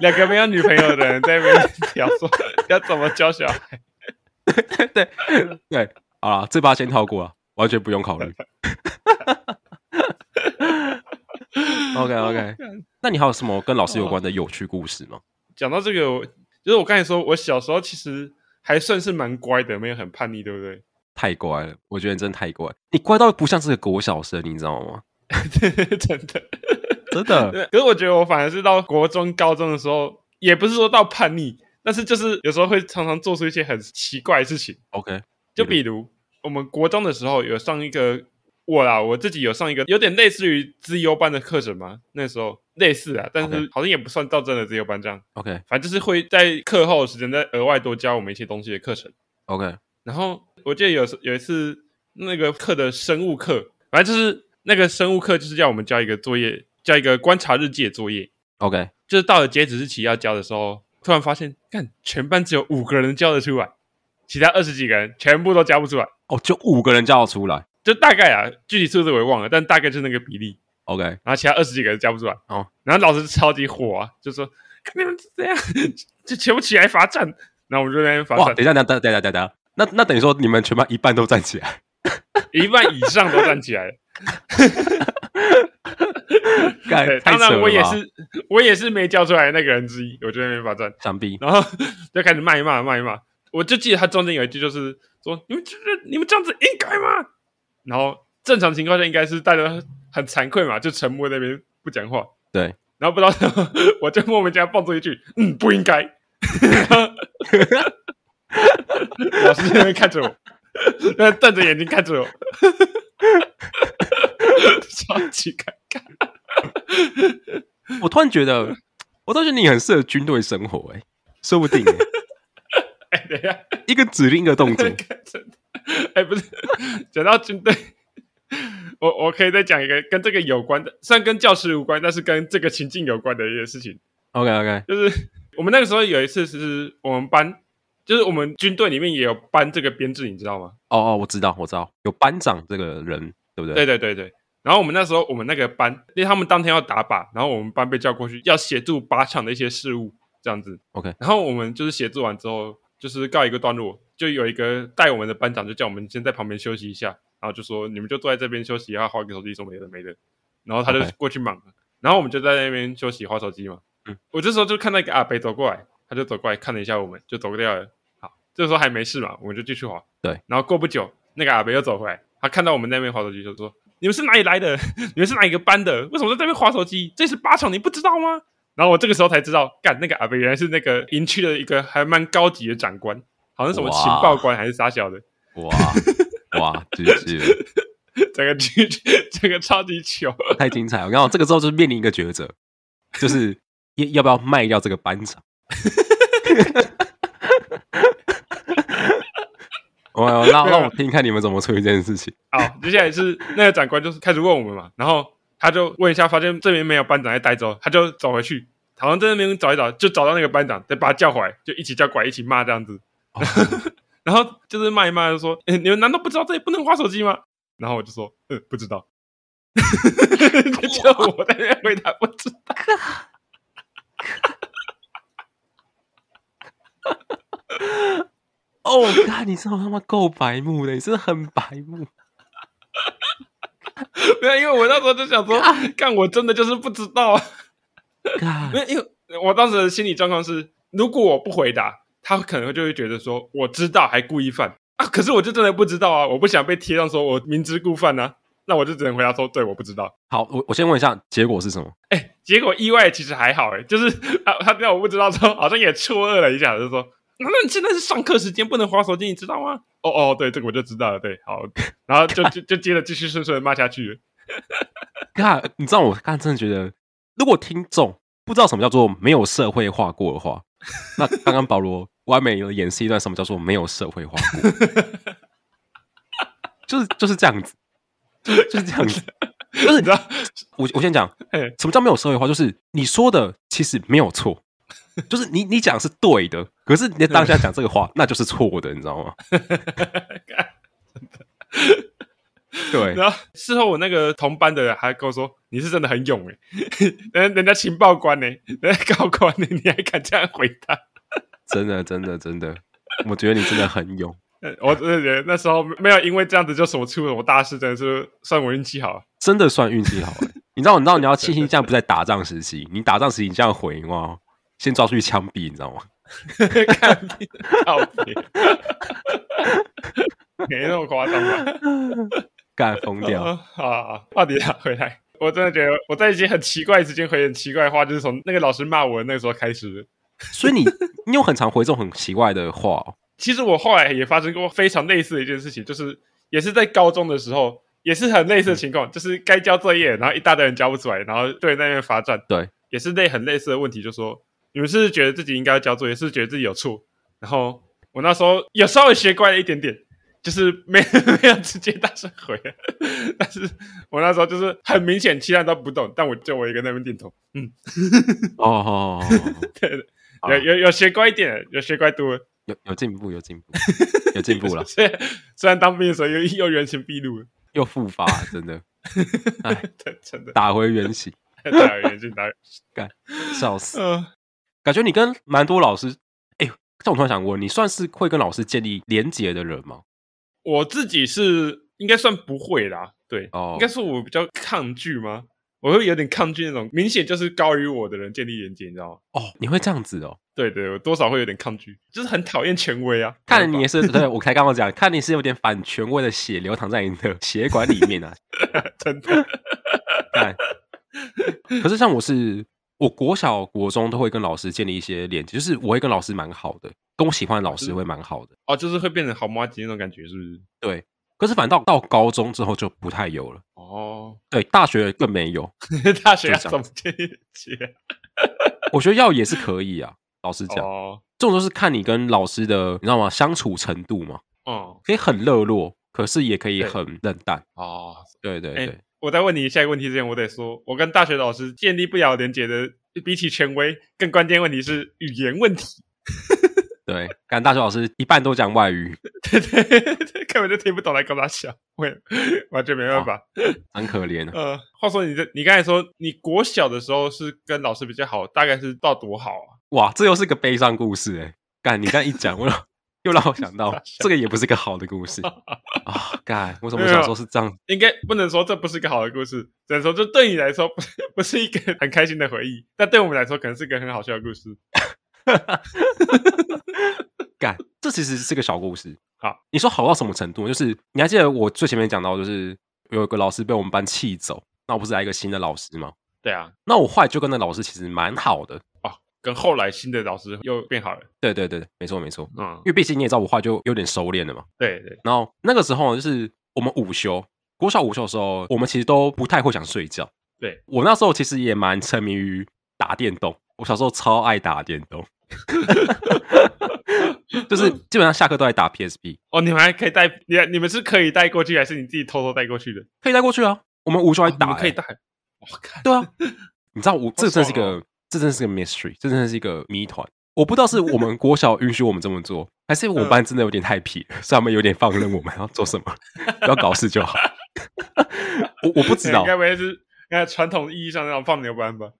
Speaker 1: 两个没有女朋友的人在那边聊说要怎么教小孩，
Speaker 2: 对对，好了，这把先跳过了，完全不用考虑。OK
Speaker 1: <laughs> 哦
Speaker 2: OK，那你还有什么跟老师有关的有趣故事吗？
Speaker 1: 讲到这个，我就是我刚才说，我小时候其实还算是蛮乖的，没有很叛逆，对不对？
Speaker 2: 太乖了，我觉得你真的太乖，你乖到不像是个国小生，你知道吗？
Speaker 1: <laughs> 真的。
Speaker 2: 真的，
Speaker 1: 对可是我觉得我反而是到国中、高中的时候，也不是说到叛逆，但是就是有时候会常常做出一些很奇怪的事情。
Speaker 2: OK，
Speaker 1: 就比如我们国中的时候有上一个我啦，我自己有上一个有点类似于资优班的课程嘛，那时候类似啊，但是
Speaker 2: OK
Speaker 1: 好像也不算到真的资优班这样，
Speaker 2: OK
Speaker 1: 反正就是会在课后的时间再额外多教我们一些东西的课程。
Speaker 2: OK，
Speaker 1: 然后我记得有时有一次那个课的生物课，反正就是那个生物课就是要我们交一个作业，交一个观察日记的作业。
Speaker 2: OK，
Speaker 1: 就是到了截止日期要交的时候，突然发现，看全班只有五个人交得出来，其他二十几个人全部都交不出来。
Speaker 2: 哦，就五个人叫得出来
Speaker 1: 就大概啊，具体数字我也忘了，但大概就是那个比例。
Speaker 2: ，OK，
Speaker 1: 然后其他二十几个人交不出来，
Speaker 2: 哦，
Speaker 1: 然后老师超级火啊，就说看你们这样， <laughs> 就全部起来罚站。然后我们就在那边罚
Speaker 2: 哇，
Speaker 1: 站
Speaker 2: 等，一下，等一下，等一下，等一下，那那等于说你们全班一半都站起来，
Speaker 1: 一半以上都站起来了。
Speaker 2: <laughs> 干
Speaker 1: 对，
Speaker 2: 太
Speaker 1: 当
Speaker 2: 扯
Speaker 1: 然
Speaker 2: 了吧
Speaker 1: 我也是，我也是没交出来的那个人之一，我就在那边罚站。
Speaker 2: 想必
Speaker 1: 然后就开始骂一骂骂一骂。我就记得他中间有一句就是说：“你们这你们这样子应该吗？”然后正常情况下应该是大家很惭愧嘛，就沉默在那边不讲话。
Speaker 2: 对，
Speaker 1: 然后不知道什么， <laughs> 我就莫名其妙蹦出一句：“嗯，不应该。”老师在那边看着我，那瞪着眼睛看着我， <laughs> 超级尴尬。
Speaker 2: 我突然觉得，我倒觉得你很适合军队生活、欸，说不定欸、
Speaker 1: 哎，等一下。，
Speaker 2: 一个指令一个动 <laughs> 作
Speaker 1: 真的，哎，不是，讲到军队，我我可以再讲一个跟这个有关的，虽然跟教师无关，但是跟这个情境有关的一个事情，
Speaker 2: OK OK，
Speaker 1: 就是我们那个时候有一次是我们班，就是我们军队里面也有班这个编制，你知道吗？
Speaker 2: 哦哦，我知道我知道，有班长这个人，对不对？
Speaker 1: 对对对对。然后我们那时候我们那个班，因为他们当天要打靶，然后我们班被叫过去要协助靶场的一些事务，这样子。
Speaker 2: OK
Speaker 1: 然后我们就是协助完之后，就是告一个段落，就有一个带我们的班长就叫我们先在旁边休息一下，然后就说你们就坐在这边休息，然后划个手机什么有的没的。然后他就
Speaker 2: OK
Speaker 1: 过去忙了然后我们就在那边休息划手机嘛。
Speaker 2: 嗯，
Speaker 1: 我这时候就看到一个阿北走过来，他就走过来看了一下我们，就走掉了。好，这时候还没事嘛，我们就继续划。
Speaker 2: 对，
Speaker 1: 然后过不久，那个阿北又走回来，他看到我们在那边划手机，就说：“你们是哪里来的？ <laughs> 你们是哪一个班的？为什么在这边划手机？这是靶场，你不知道吗？”然后我这个时候才知道，干那个阿北原来是那个营区的一个还蛮高级的长官，好像什么
Speaker 2: 哇
Speaker 1: 情报官还是啥小的， <laughs>
Speaker 2: 哇哇，GG 了
Speaker 1: 整个 <laughs> 整个超级糗。
Speaker 2: 太精彩了！然后这个时候就是面临一个抉择，就是要要不要卖掉这个班长。 <laughs> 我让让我听听看你们怎么处理这件事情。
Speaker 1: 好，接下来是那个长官就是开始问我们嘛，然后他就问一下，发现这边没有班长在待之后，他就走回去，好像在那边找一找，就找到那个班长，再把他叫回来，就一起叫过来，一起骂这样子。
Speaker 2: 哦
Speaker 1: <laughs> 然后就是骂一骂，就说、诶你们难道不知道这里不能划手机吗？”然后我就说：“嗯，不知道。” <laughs> 就我在那边回答不知道。
Speaker 2: 哦，我看你真的他妈够白目的，你真的很白目。
Speaker 1: 没有，因为我那时候就想说，干我真的就是不知道啊。
Speaker 2: 干
Speaker 1: <laughs> 因为因为我当时的心理状况是，如果我不回答，他可能就会觉得说我知道还故意犯啊。可是我就真的不知道啊，我不想被贴上说我明知故犯啊。那我就只能回答说，对，我不知道。
Speaker 2: 好，我我先问一下，结果是什么？
Speaker 1: 结果意外其实还好、欸，就是啊，他知道我不知道之后，好像也错愕了一下，就说：“难道你现在是上课时间不能划手机，你知道吗？”哦哦，对，这个我就知道了，对，好，然后就就就接着继续顺顺的骂下去了。
Speaker 2: 看，你知道我刚才真的觉得，如果听众不知道什么叫做没有社会化过的话，那刚刚保罗完美有演示一段什么叫做没有社会化过，就是就是这样子，就是就是这样子，就
Speaker 1: 你知
Speaker 2: 是
Speaker 1: 道，
Speaker 2: 我我先讲
Speaker 1: <laughs> 嘿，
Speaker 2: 什么叫没有社会化，就是你说的其实没有错，就是你你讲是对的，可是你当下讲这个话，那就是错的，你
Speaker 1: <laughs>
Speaker 2: 知道吗？ <laughs> 对，
Speaker 1: 然后事后我那个同班的还跟我说：“你是真的很勇哎、人人家情报官呢、人家高官呢、你还敢这样回他？”
Speaker 2: 真的真的真的，我觉得你真的很勇，
Speaker 1: 呃我真的觉得那时候没有因为这样子就什么出什么大事，真的是算我运气 <laughs> 好。
Speaker 2: 真的算运气好、欸。你知道，你知道你要庆幸这样不在打仗时期，你打仗时期你这样回哇，先抓出去枪毙，你知道吗？
Speaker 1: 看你照片，没那么夸张吧？
Speaker 2: 干疯掉，
Speaker 1: <laughs>
Speaker 2: <laughs>
Speaker 1: 啊，好好话题拉回来，我真的觉得我在一些很奇怪的时间回很奇怪的话，就是从那个老师骂我的那个时候开始的。
Speaker 2: 所以你你有很常回这种很奇怪的话、哦，
Speaker 1: 其实我后来也发生过非常类似的一件事情，就是也是在高中的时候，也是很
Speaker 2: 嗯
Speaker 1: 类似的情况，就是该交作业，然后一大堆人交不出来，然后对那边罚站。
Speaker 2: 对，
Speaker 1: 也是类很类似的问题，就说你们是不是觉得自己应该要交作业，是不是觉得自己有错？然后我那时候有稍微学乖了一点点，就是没没有 <laughs> 直接大声回，但是我那时候就是很明显，其他人都不懂，但我就我一个那边点头，嗯，
Speaker 2: 哦哦哦，哦哦
Speaker 1: 对对，
Speaker 2: 啊
Speaker 1: 有有有学乖一点，有学乖多了。
Speaker 2: 有有进步，有进步，有进步了，
Speaker 1: 虽然 <laughs> 虽然当兵的时候又又原形毕露了，
Speaker 2: 又复发，真的哎
Speaker 1: <laughs> 对，真的
Speaker 2: 打回原形，
Speaker 1: 打原形
Speaker 2: <laughs>
Speaker 1: 打原形。
Speaker 2: 笑死。
Speaker 1: 嗯，
Speaker 2: 感觉你跟蛮多老师，哎、这我突然想问，你算是会跟老师建立连结的人吗？
Speaker 1: 我自己是应该算不会啦，对，
Speaker 2: 哦
Speaker 1: 应该说我比较抗拒吗？我会有点抗拒那种明显就是高于我的人建立连接，你知道吗？
Speaker 2: 哦，你会这样子哦？
Speaker 1: 对对，我多少会有点抗拒，就是很讨厌权威啊。
Speaker 2: 看来你也是，对我才刚刚讲，看你是有点反权威的血流淌在你的血管里面啊。
Speaker 1: <laughs> 真的，
Speaker 2: 看，可是像我是，我国小、国中都会跟老师建立一些连接，就是我会跟老师蛮好的，跟我喜欢的老师会蛮好的。
Speaker 1: 哦，就是会变成好妈鸡那种感觉，是不是？
Speaker 2: 对，可是反倒到高中之后就不太有了， <laughs>
Speaker 1: 哦，
Speaker 2: 对，大学更没有。
Speaker 1: 大学要
Speaker 2: 就这
Speaker 1: 怎么
Speaker 2: 样
Speaker 1: 建立连接？
Speaker 2: 我觉得要也是可以啊，老师讲，
Speaker 1: 哦，
Speaker 2: 这种都是看你跟老师的，你知道吗？相处程度嘛。
Speaker 1: 哦，
Speaker 2: 可以很热络，可是也可以
Speaker 1: 对
Speaker 2: 很冷淡。
Speaker 1: 哦，
Speaker 2: 对对
Speaker 1: 哎
Speaker 2: 对，
Speaker 1: 我在问你下一个问题之前，我得说，我跟大学老师建立不了连接的，比起权威，更关键问题是语言问题。
Speaker 2: 对，感大学老师一半都讲外语，
Speaker 1: 对对对，根本就听不懂来跟他笑，我也完全没办法。
Speaker 2: 很可
Speaker 1: <laughs>
Speaker 2: 怜啊。
Speaker 1: 呃，话说你这，你刚才说你国小的时候是跟老师比较好，大概是到多好啊？
Speaker 2: 哇，这又是个悲伤故事哎、干，你这样一讲，我又又让我想到，这个也不是个好的故事啊。干，为什么我小时候是这样？
Speaker 1: 应该不能说这不是一个好的故事，只能说这对你来说不是不是一个很开心的回忆，但对我们来说可能是一个很好笑的故事。
Speaker 2: 干，这其实是个小故事。
Speaker 1: 好，
Speaker 2: 你说好到什么程度？就是你还记得我最前面讲到，就是有一个老师被我们班气走，那我不是来一个新的老师吗？
Speaker 1: 对啊，
Speaker 2: 那我后来就跟那老师其实蛮好的。
Speaker 1: 哦，跟后来新的老师又变好了。
Speaker 2: 对对对对，没错没错，
Speaker 1: 嗯
Speaker 2: 因，为毕竟你也知道，我后来就有点收敛了嘛。
Speaker 1: 对对，
Speaker 2: 然后那个时候就是我们午休，国小午休的时候，我们其实都不太会想睡觉。
Speaker 1: 对
Speaker 2: 我那时候其实也蛮沉迷于打电动，我小时候超爱打电
Speaker 1: <laughs>
Speaker 2: 动，就是基本上下课都在打 PSP，
Speaker 1: 哦，你们还可以带你你们是可以带过去，还是你自己偷偷带过去的？
Speaker 2: 可以带过去啊。我们午休还
Speaker 1: 哦你
Speaker 2: 打、
Speaker 1: 们可以
Speaker 2: 欸，
Speaker 1: 带。我看
Speaker 2: <laughs> 对啊，哦你知道我这真的是一
Speaker 1: 爽
Speaker 2: 个，这真的是个 mystery，这真的是一个谜团。我不知道是我们国小允许我们这么做，还是我们班真的有点太皮了，所以他们有点放任我们要做什么，不要搞事就好。 <laughs> 我我不知道，
Speaker 1: 该不会是该传统意义上那种放牛班吧？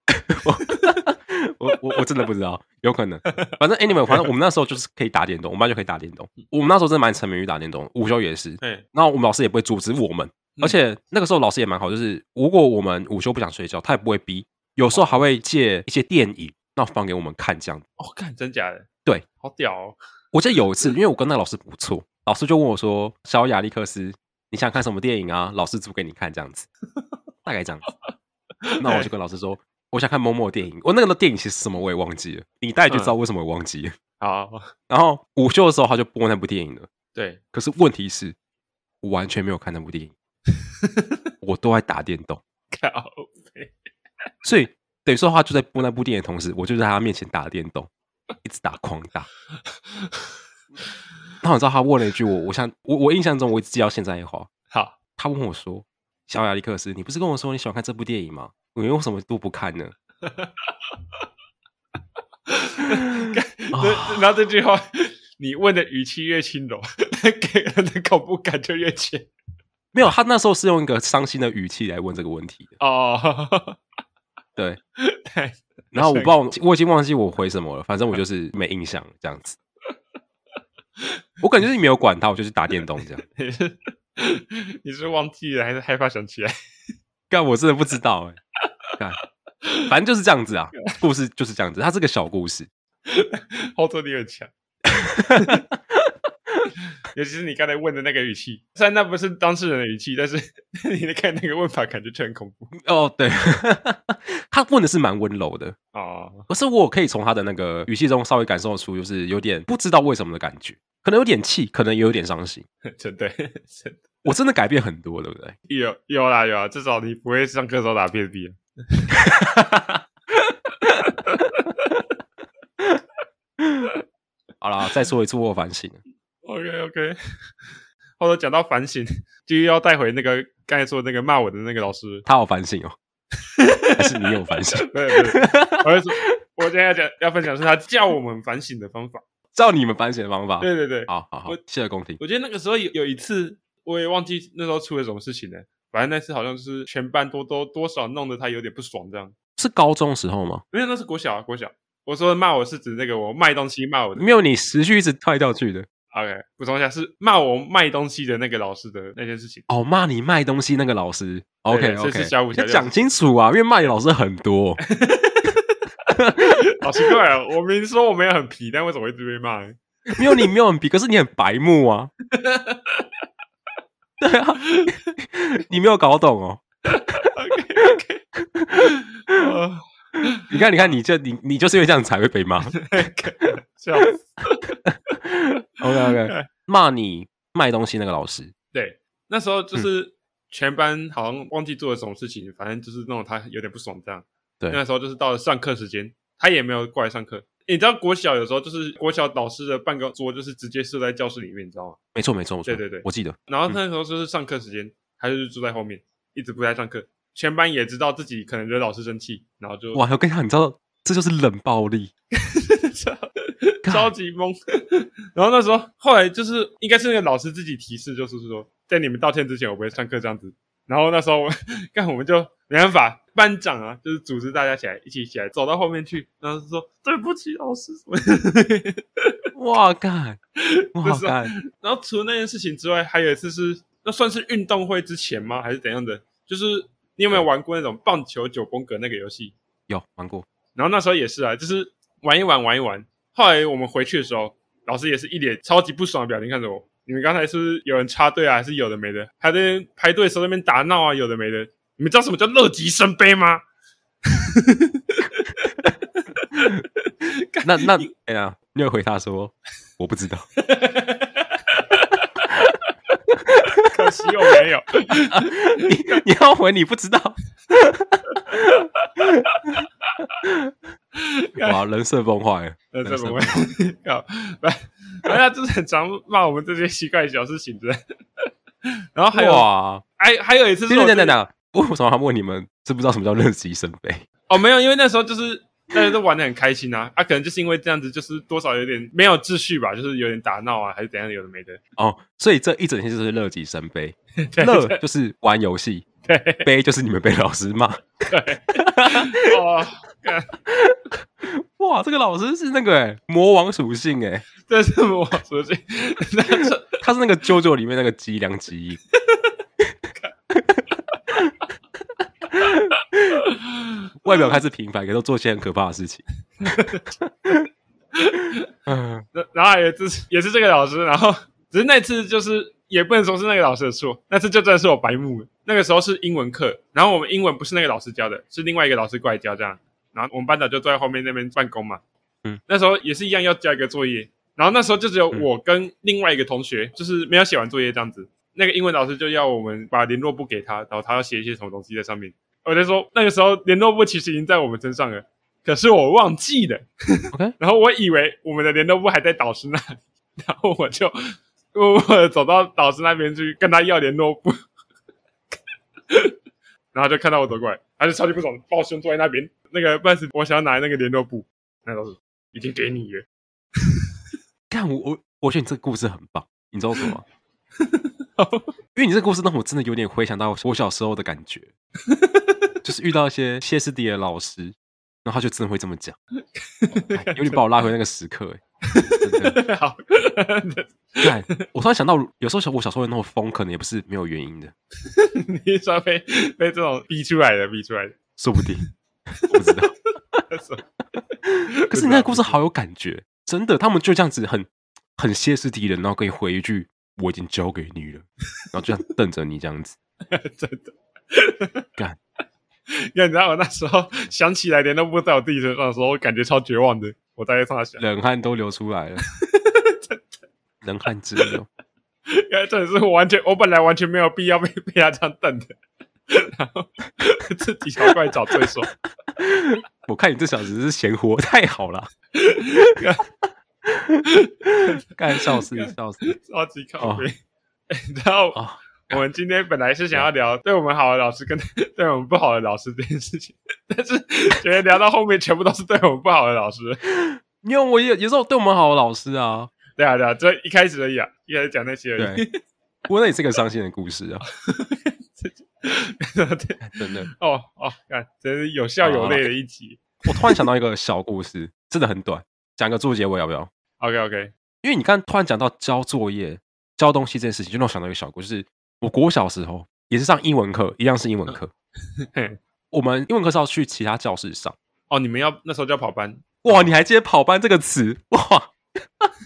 Speaker 2: 我我我真的不知道，有可能。反正 anyway，反正我们那时候就是可以打电动，我们班就可以打电动。我们那时候真的蛮沉迷于打电动，午休也是。
Speaker 1: 对，
Speaker 2: 然后我们老师也不会阻止我们，而且那个时候老师也蛮好，就是如果我们午休不想睡觉，他也不会逼，有时候还会借一些电影，那放给我们看这样。
Speaker 1: 哦，看真假的，
Speaker 2: 对，
Speaker 1: 好屌哦，
Speaker 2: 我记得有一次，因为我跟那个老师不错，老师就问我说：“小亚历克斯，你想看什么电影啊？老师租给你看这样子，大概这样子。”那我就跟老师说：“我想看某某电影。”我那个电影其实是什么我也忘记了，你大概就知道为什么我忘记了。
Speaker 1: <laughs> 好，
Speaker 2: 然后午休的时候他就播那部电影了。
Speaker 1: 对，
Speaker 2: 可是问题是，我完全没有看那部电影，我都在打电动，
Speaker 1: 靠，
Speaker 2: 所以等于说他就在播那部电影的同时，我就在他面前打电动，一直打狂打。然后你知道他问了一句我，我想我我印象中我一直记到现在的话，
Speaker 1: 好，
Speaker 2: 他问我说：“小亚历克斯，你不是跟我说你喜 <laughs> 欢看这部电影吗？你为什么都不看呢？”啊
Speaker 1: 这然后这句话，你问的语气越轻柔，给人的恐怖感就越强。
Speaker 2: 没有，他那时候是用一个伤心的语气来问这个问题的。
Speaker 1: 哦， <laughs> 哎
Speaker 2: 对，
Speaker 1: 太
Speaker 2: 然后我不知道，我已经忘记我回什么了，反正我就是没印象这样子。我感觉是没有管他，我就去打电动这样。
Speaker 1: 你是你是忘记了还是害怕想起来？
Speaker 2: 干，我真的不知道哎、干，反正就是这样子
Speaker 1: <laughs>
Speaker 2: 啊，故事就是这样子，它是个小故事。
Speaker 1: 后坐力很强， <laughs> 尤其是你刚才问的那个语气，虽然那不是当事人的语气，但是 <laughs> 你的看那个问法，感觉就很恐怖
Speaker 2: 哦，对， <laughs> 他问的是蛮温柔的，
Speaker 1: 哦。
Speaker 2: 可是我可以从他的那个语气中稍微感受出，就是有点不知道为什么的感觉，可能有点气，可能也有点伤心。
Speaker 1: 真的，真的
Speaker 2: 我真的改变很多，对不对？
Speaker 1: 有有啦有啦，啊至少你不会上课的时候打 PSP 了。
Speaker 2: 好啦，再说一次，我有反省。
Speaker 1: OK <laughs> OK，或者讲到反省，继续要带回那个刚才说的那个骂我的那个老师。
Speaker 2: 他有反省哦，还是你有反省？ <laughs>
Speaker 1: 对对，对 <laughs> 我是说，我今天要讲要分享是他教我们反省的方法。
Speaker 2: 照你们反省的方法。
Speaker 1: 对对对，
Speaker 2: 好好好
Speaker 1: 我，
Speaker 2: 谢谢公听。
Speaker 1: 我觉得那个时候有有一次，我也忘记那时候出了什么事情了。反正那次好像就是全班多多多少弄得他有点不爽这样。
Speaker 2: 是高中时候吗？
Speaker 1: 因为那是国小啊，国小。我说的骂我是指那个我卖东西骂我的
Speaker 2: 没有，你时序一直跳来跳去的。
Speaker 1: OK，补充一下是骂我卖东西的那个老师的那件事情。
Speaker 2: 哦，骂你卖东西那个老师。
Speaker 1: 对
Speaker 2: OK
Speaker 1: 这
Speaker 2: OK，
Speaker 1: 是小五小
Speaker 2: 要
Speaker 1: 六
Speaker 2: 讲清楚啊，因为骂你老师很
Speaker 1: <laughs>
Speaker 2: 多。
Speaker 1: 好奇怪啊！我明说我没有很皮，但为什么一直被骂呢？
Speaker 2: 没有你没有很皮，可是你很白目
Speaker 1: <laughs>
Speaker 2: 啊。对啊， <laughs> 你没有搞懂哦。
Speaker 1: OK OK，啊，
Speaker 2: 你看，你看，你就你你就是因为这样才会被骂。
Speaker 1: 笑死。
Speaker 2: OK
Speaker 1: <laughs>
Speaker 2: OK，骂你卖东西那个老师，
Speaker 1: 对，那时候就是全班好像忘记做了什么事情，反正就是弄得他有点不爽这样。
Speaker 2: 对
Speaker 1: 那时候就是到了上课时间，他也没有过来上课。你知道国小有时候就是国小老师的办公桌就是直接设在教室里面，你知道吗？
Speaker 2: 没错没错，没错
Speaker 1: 对对对
Speaker 2: 我记得。
Speaker 1: 然后那时候就是上课时间，他就是坐在后面，一直不来上课。全班也知道自己可能惹老师生气，然后就
Speaker 2: 哇，我跟你讲，你知道这就是冷暴力。
Speaker 1: 超 <laughs> 超级懵。然后那时候后来就是应该是那个老师自己提示，就是说在你们道歉之前，我不会上课这样子。然后那时候我 <laughs> 干我们就没办法，班长啊就是组织大家起来一起起来走到后面去，然后就说对不起老师 <laughs> 什么的。<laughs>
Speaker 2: 哇干，
Speaker 1: 这
Speaker 2: 哇
Speaker 1: 是啊
Speaker 2: 干，
Speaker 1: 然后除了那件事情之外，还有一次是那算是运动会之前吗？还是怎样的？就是你有没有玩过那种棒球九宫格那个游戏？
Speaker 2: 有玩过，
Speaker 1: 然后那时候也是啊，就是玩一玩玩一玩。后来我们回去的时候，老师也是一脸超级不爽的表情看着我。你们刚才是不是有人插队啊？还是有的没的？还在那边排队的时候在那边打闹啊，有的没的。你们知道什么叫乐极生悲吗？ <laughs>
Speaker 2: 那那哎呀，你有回他说我不知道，
Speaker 1: 可惜我没有。
Speaker 2: 你 <laughs> 你要回你不知道， <laughs> 哇，人设崩坏了，
Speaker 1: 那怎
Speaker 2: 人设
Speaker 1: 么
Speaker 2: 崩
Speaker 1: 会
Speaker 2: 坏？？
Speaker 1: <laughs> 靠，反反正他啊就是很常骂我们这些奇怪的小事情的。 <laughs> 然后还有，
Speaker 2: 哇，
Speaker 1: 还还有一次是
Speaker 2: 等
Speaker 1: 我
Speaker 2: 等
Speaker 1: 真的
Speaker 2: 等等，为什么他问你们知不知道什么叫乐极生悲？
Speaker 1: 哦，没有，因为那时候就是大家都玩的很开心啊，啊，可能就是因为这样子，就是多少有点没有秩序吧，就是有点打闹啊，还是怎样，有的没的。
Speaker 2: 哦，所以这一整天就是乐极生悲，
Speaker 1: <laughs> 对
Speaker 2: 乐
Speaker 1: 对
Speaker 2: 就是玩游戏，
Speaker 1: 对
Speaker 2: 悲就是你们被老师骂。
Speaker 1: 哦，
Speaker 2: 哇，这个老师是那个哎魔王属性哎，
Speaker 1: <laughs> 这是我说的， <laughs> 那时候
Speaker 2: <laughs> 他是那个 JoJo 里面那个脊梁基因。外表看似平凡，可都做些很可怕的事情。 <laughs> 嗯，
Speaker 1: 然然后也是也是这个老师，然后只是那次就是也不能说是那个老师的错，那次就真的是我白目了。那个时候是英文课，然后我们英文不是那个老师教的，是另外一个老师过来教这样。然后我们班长就坐在后面那边办公嘛，
Speaker 2: 嗯，
Speaker 1: 那时候也是一样要交一个作业，然后那时候就只有我跟另外一个同学，就是没有写完作业这样子。那个英文老师就要我们把联络簿给他，然后他要写一些什么东西在上面。我就说那个时候联络簿其实已经在我们身上了，可是我忘记了。
Speaker 2: OK
Speaker 1: 然后我以为我们的联络部还在导师那里，然后我就默默的走到导师那边去跟他要联络部，然后就看到我走过来，他就超级不爽，抱胸坐在那边。那个半死，我想要拿那个联络部，那老师已经给你了。
Speaker 2: 看我我我觉得你这个故事很棒，你知道为什么吗？因为你这个故事让我真的有点回想到我小时候的感觉，就是遇到一些歇斯底里的老师，然后他就真的会这么讲，哎有点把我拉回那个时刻、哎真
Speaker 1: <laughs>
Speaker 2: 的。
Speaker 1: 好，
Speaker 2: 看，我突然想到，有时候小我小时候的那种疯，可能也不是没有原因的，
Speaker 1: 你是说被被这种逼出来的，逼出来的。
Speaker 2: 说不定 <laughs> 我不知道。可是你那个故事
Speaker 1: 不知道
Speaker 2: 好有感觉，真的，他们就这样子很很歇斯底里，然后可以回一句“我已经交给你了”，然后就这样瞪着你这样子。
Speaker 1: 真的。
Speaker 2: 干，
Speaker 1: 因 <laughs> 为你知道我那时候想起来连都不在我自己身上的时候，我感觉超绝望的。我大概上想，
Speaker 2: 冷汗都流出来了，冷汗直流。
Speaker 1: 因为真的是我完全，我本来完全没有必要被被他这样瞪的，然 <laughs> 后自己找过来找罪受。
Speaker 2: 我看你这小子是闲活太好了，干笑死笑死
Speaker 1: 超级靠
Speaker 2: 哦
Speaker 1: 背。哎然后、
Speaker 2: 啊！
Speaker 1: 我们今天本来是想要聊哦对我们好的老师跟对我们不好的老师这件事情，但是觉得聊到后面全部都是对我们不好的老师。
Speaker 2: 因为我也有时候对我们好的老师啊，
Speaker 1: 对啊，对啊，这一开始而已啊，一开始讲那些而已。
Speaker 2: 对，不过那也是个伤心的故事啊，
Speaker 1: 对，
Speaker 2: <laughs> 真的。
Speaker 1: <laughs> 哦哦，看，真是有笑有泪的一集。
Speaker 2: 我突然想到一个小故事，真的很短，讲个做结尾要不要？
Speaker 1: OK OK，
Speaker 2: 因为你刚刚突然讲到交作业、交东西这件事情，就让我想到一个小故事。就是我国小时候也是上英文课，一样是英文课。
Speaker 1: 嘿
Speaker 2: 我们英文课是要去其他教室上。
Speaker 1: 哦，你们要那时候叫跑班，
Speaker 2: 哇，你还记得“跑班”这个词？哇，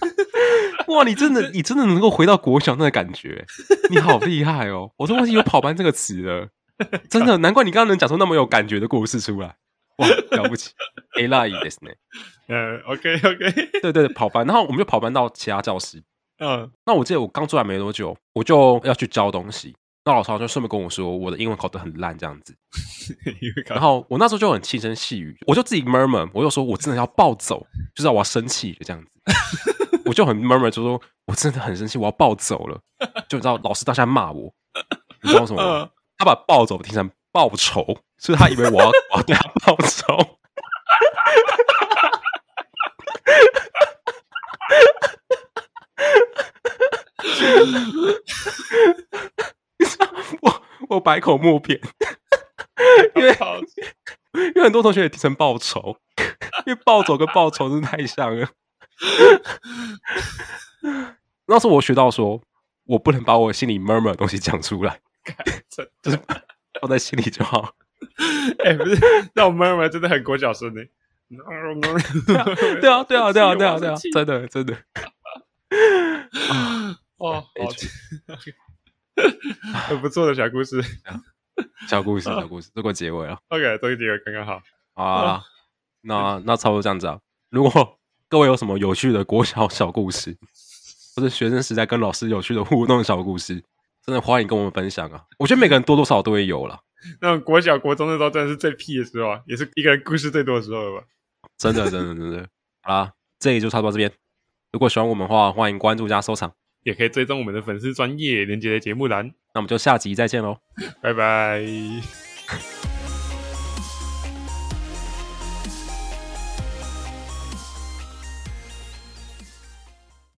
Speaker 2: <laughs> 哇，你真的，你真的能够回到国小那个感觉，你好厉害哦！我都忘记有“跑班”这个词了，真的，难怪你刚刚能讲出那么有感觉的故事出来。哇，了不起，A 啦 E ですね。
Speaker 1: 嗯，OK OK，
Speaker 2: 对对对，跑班，然后我们就跑班到其他教室。
Speaker 1: 嗯， <laughs>
Speaker 2: 那我记得我刚出来没多久，我就要去交东西，那老师好像顺便跟我说我的英文考得很烂这样子。然
Speaker 1: 然
Speaker 2: 后我那时候就很轻声细语，我就自己 murmur，我就说我真的要暴走，就是我要生气了这样子， <laughs> 我就很 murmur 就说我真的很生气，我要暴走了。就你知道老师当下骂我，你知道为什么吗？
Speaker 1: 嗯
Speaker 2: 他把暴走听成报仇，所以他以为我要我要对他报仇。 <laughs> 我我百口莫辩，因为
Speaker 1: 好
Speaker 2: 因为很多同学也听成报仇， <laughs> 因为暴走跟报仇真的太像了。那时候我学到说，我不能把我心里 murmur 的东西讲出来，
Speaker 1: 真
Speaker 2: 就是放在心里就好。
Speaker 1: 哎、不是，那我们们真的很国脚生呢、
Speaker 2: 对啊，对啊，对啊，对啊，
Speaker 1: 我
Speaker 2: 对啊
Speaker 1: 生气，
Speaker 2: 真的，真的。
Speaker 1: <laughs> 哦，好
Speaker 2: 啊没错
Speaker 1: 气，很不错的小故事。
Speaker 2: 小故事，
Speaker 1: 嗯
Speaker 2: 小故事，这个结尾了啊
Speaker 1: OK，这个结尾刚刚好。
Speaker 2: 好啊。
Speaker 1: 嗯
Speaker 2: 那那差不多这样子啊。如果各位有什么有趣的国小小故事，或者学生时代跟老师有趣的互动小故事，真的欢迎跟我们分享啊。我觉得每个人多多少少都会有啦。
Speaker 1: 那种国小、国中那时候真的是最屁的时候啊，也是一个人故事最多的时候了吧？
Speaker 2: 真的，真的，真的。好啦，这里就差不多这边。如果喜欢我们的话，欢迎关注加收藏。
Speaker 1: 也可以追踪我们的粉丝专业，连接在节目栏。
Speaker 2: 那我们就下集再见喽。
Speaker 1: 拜拜。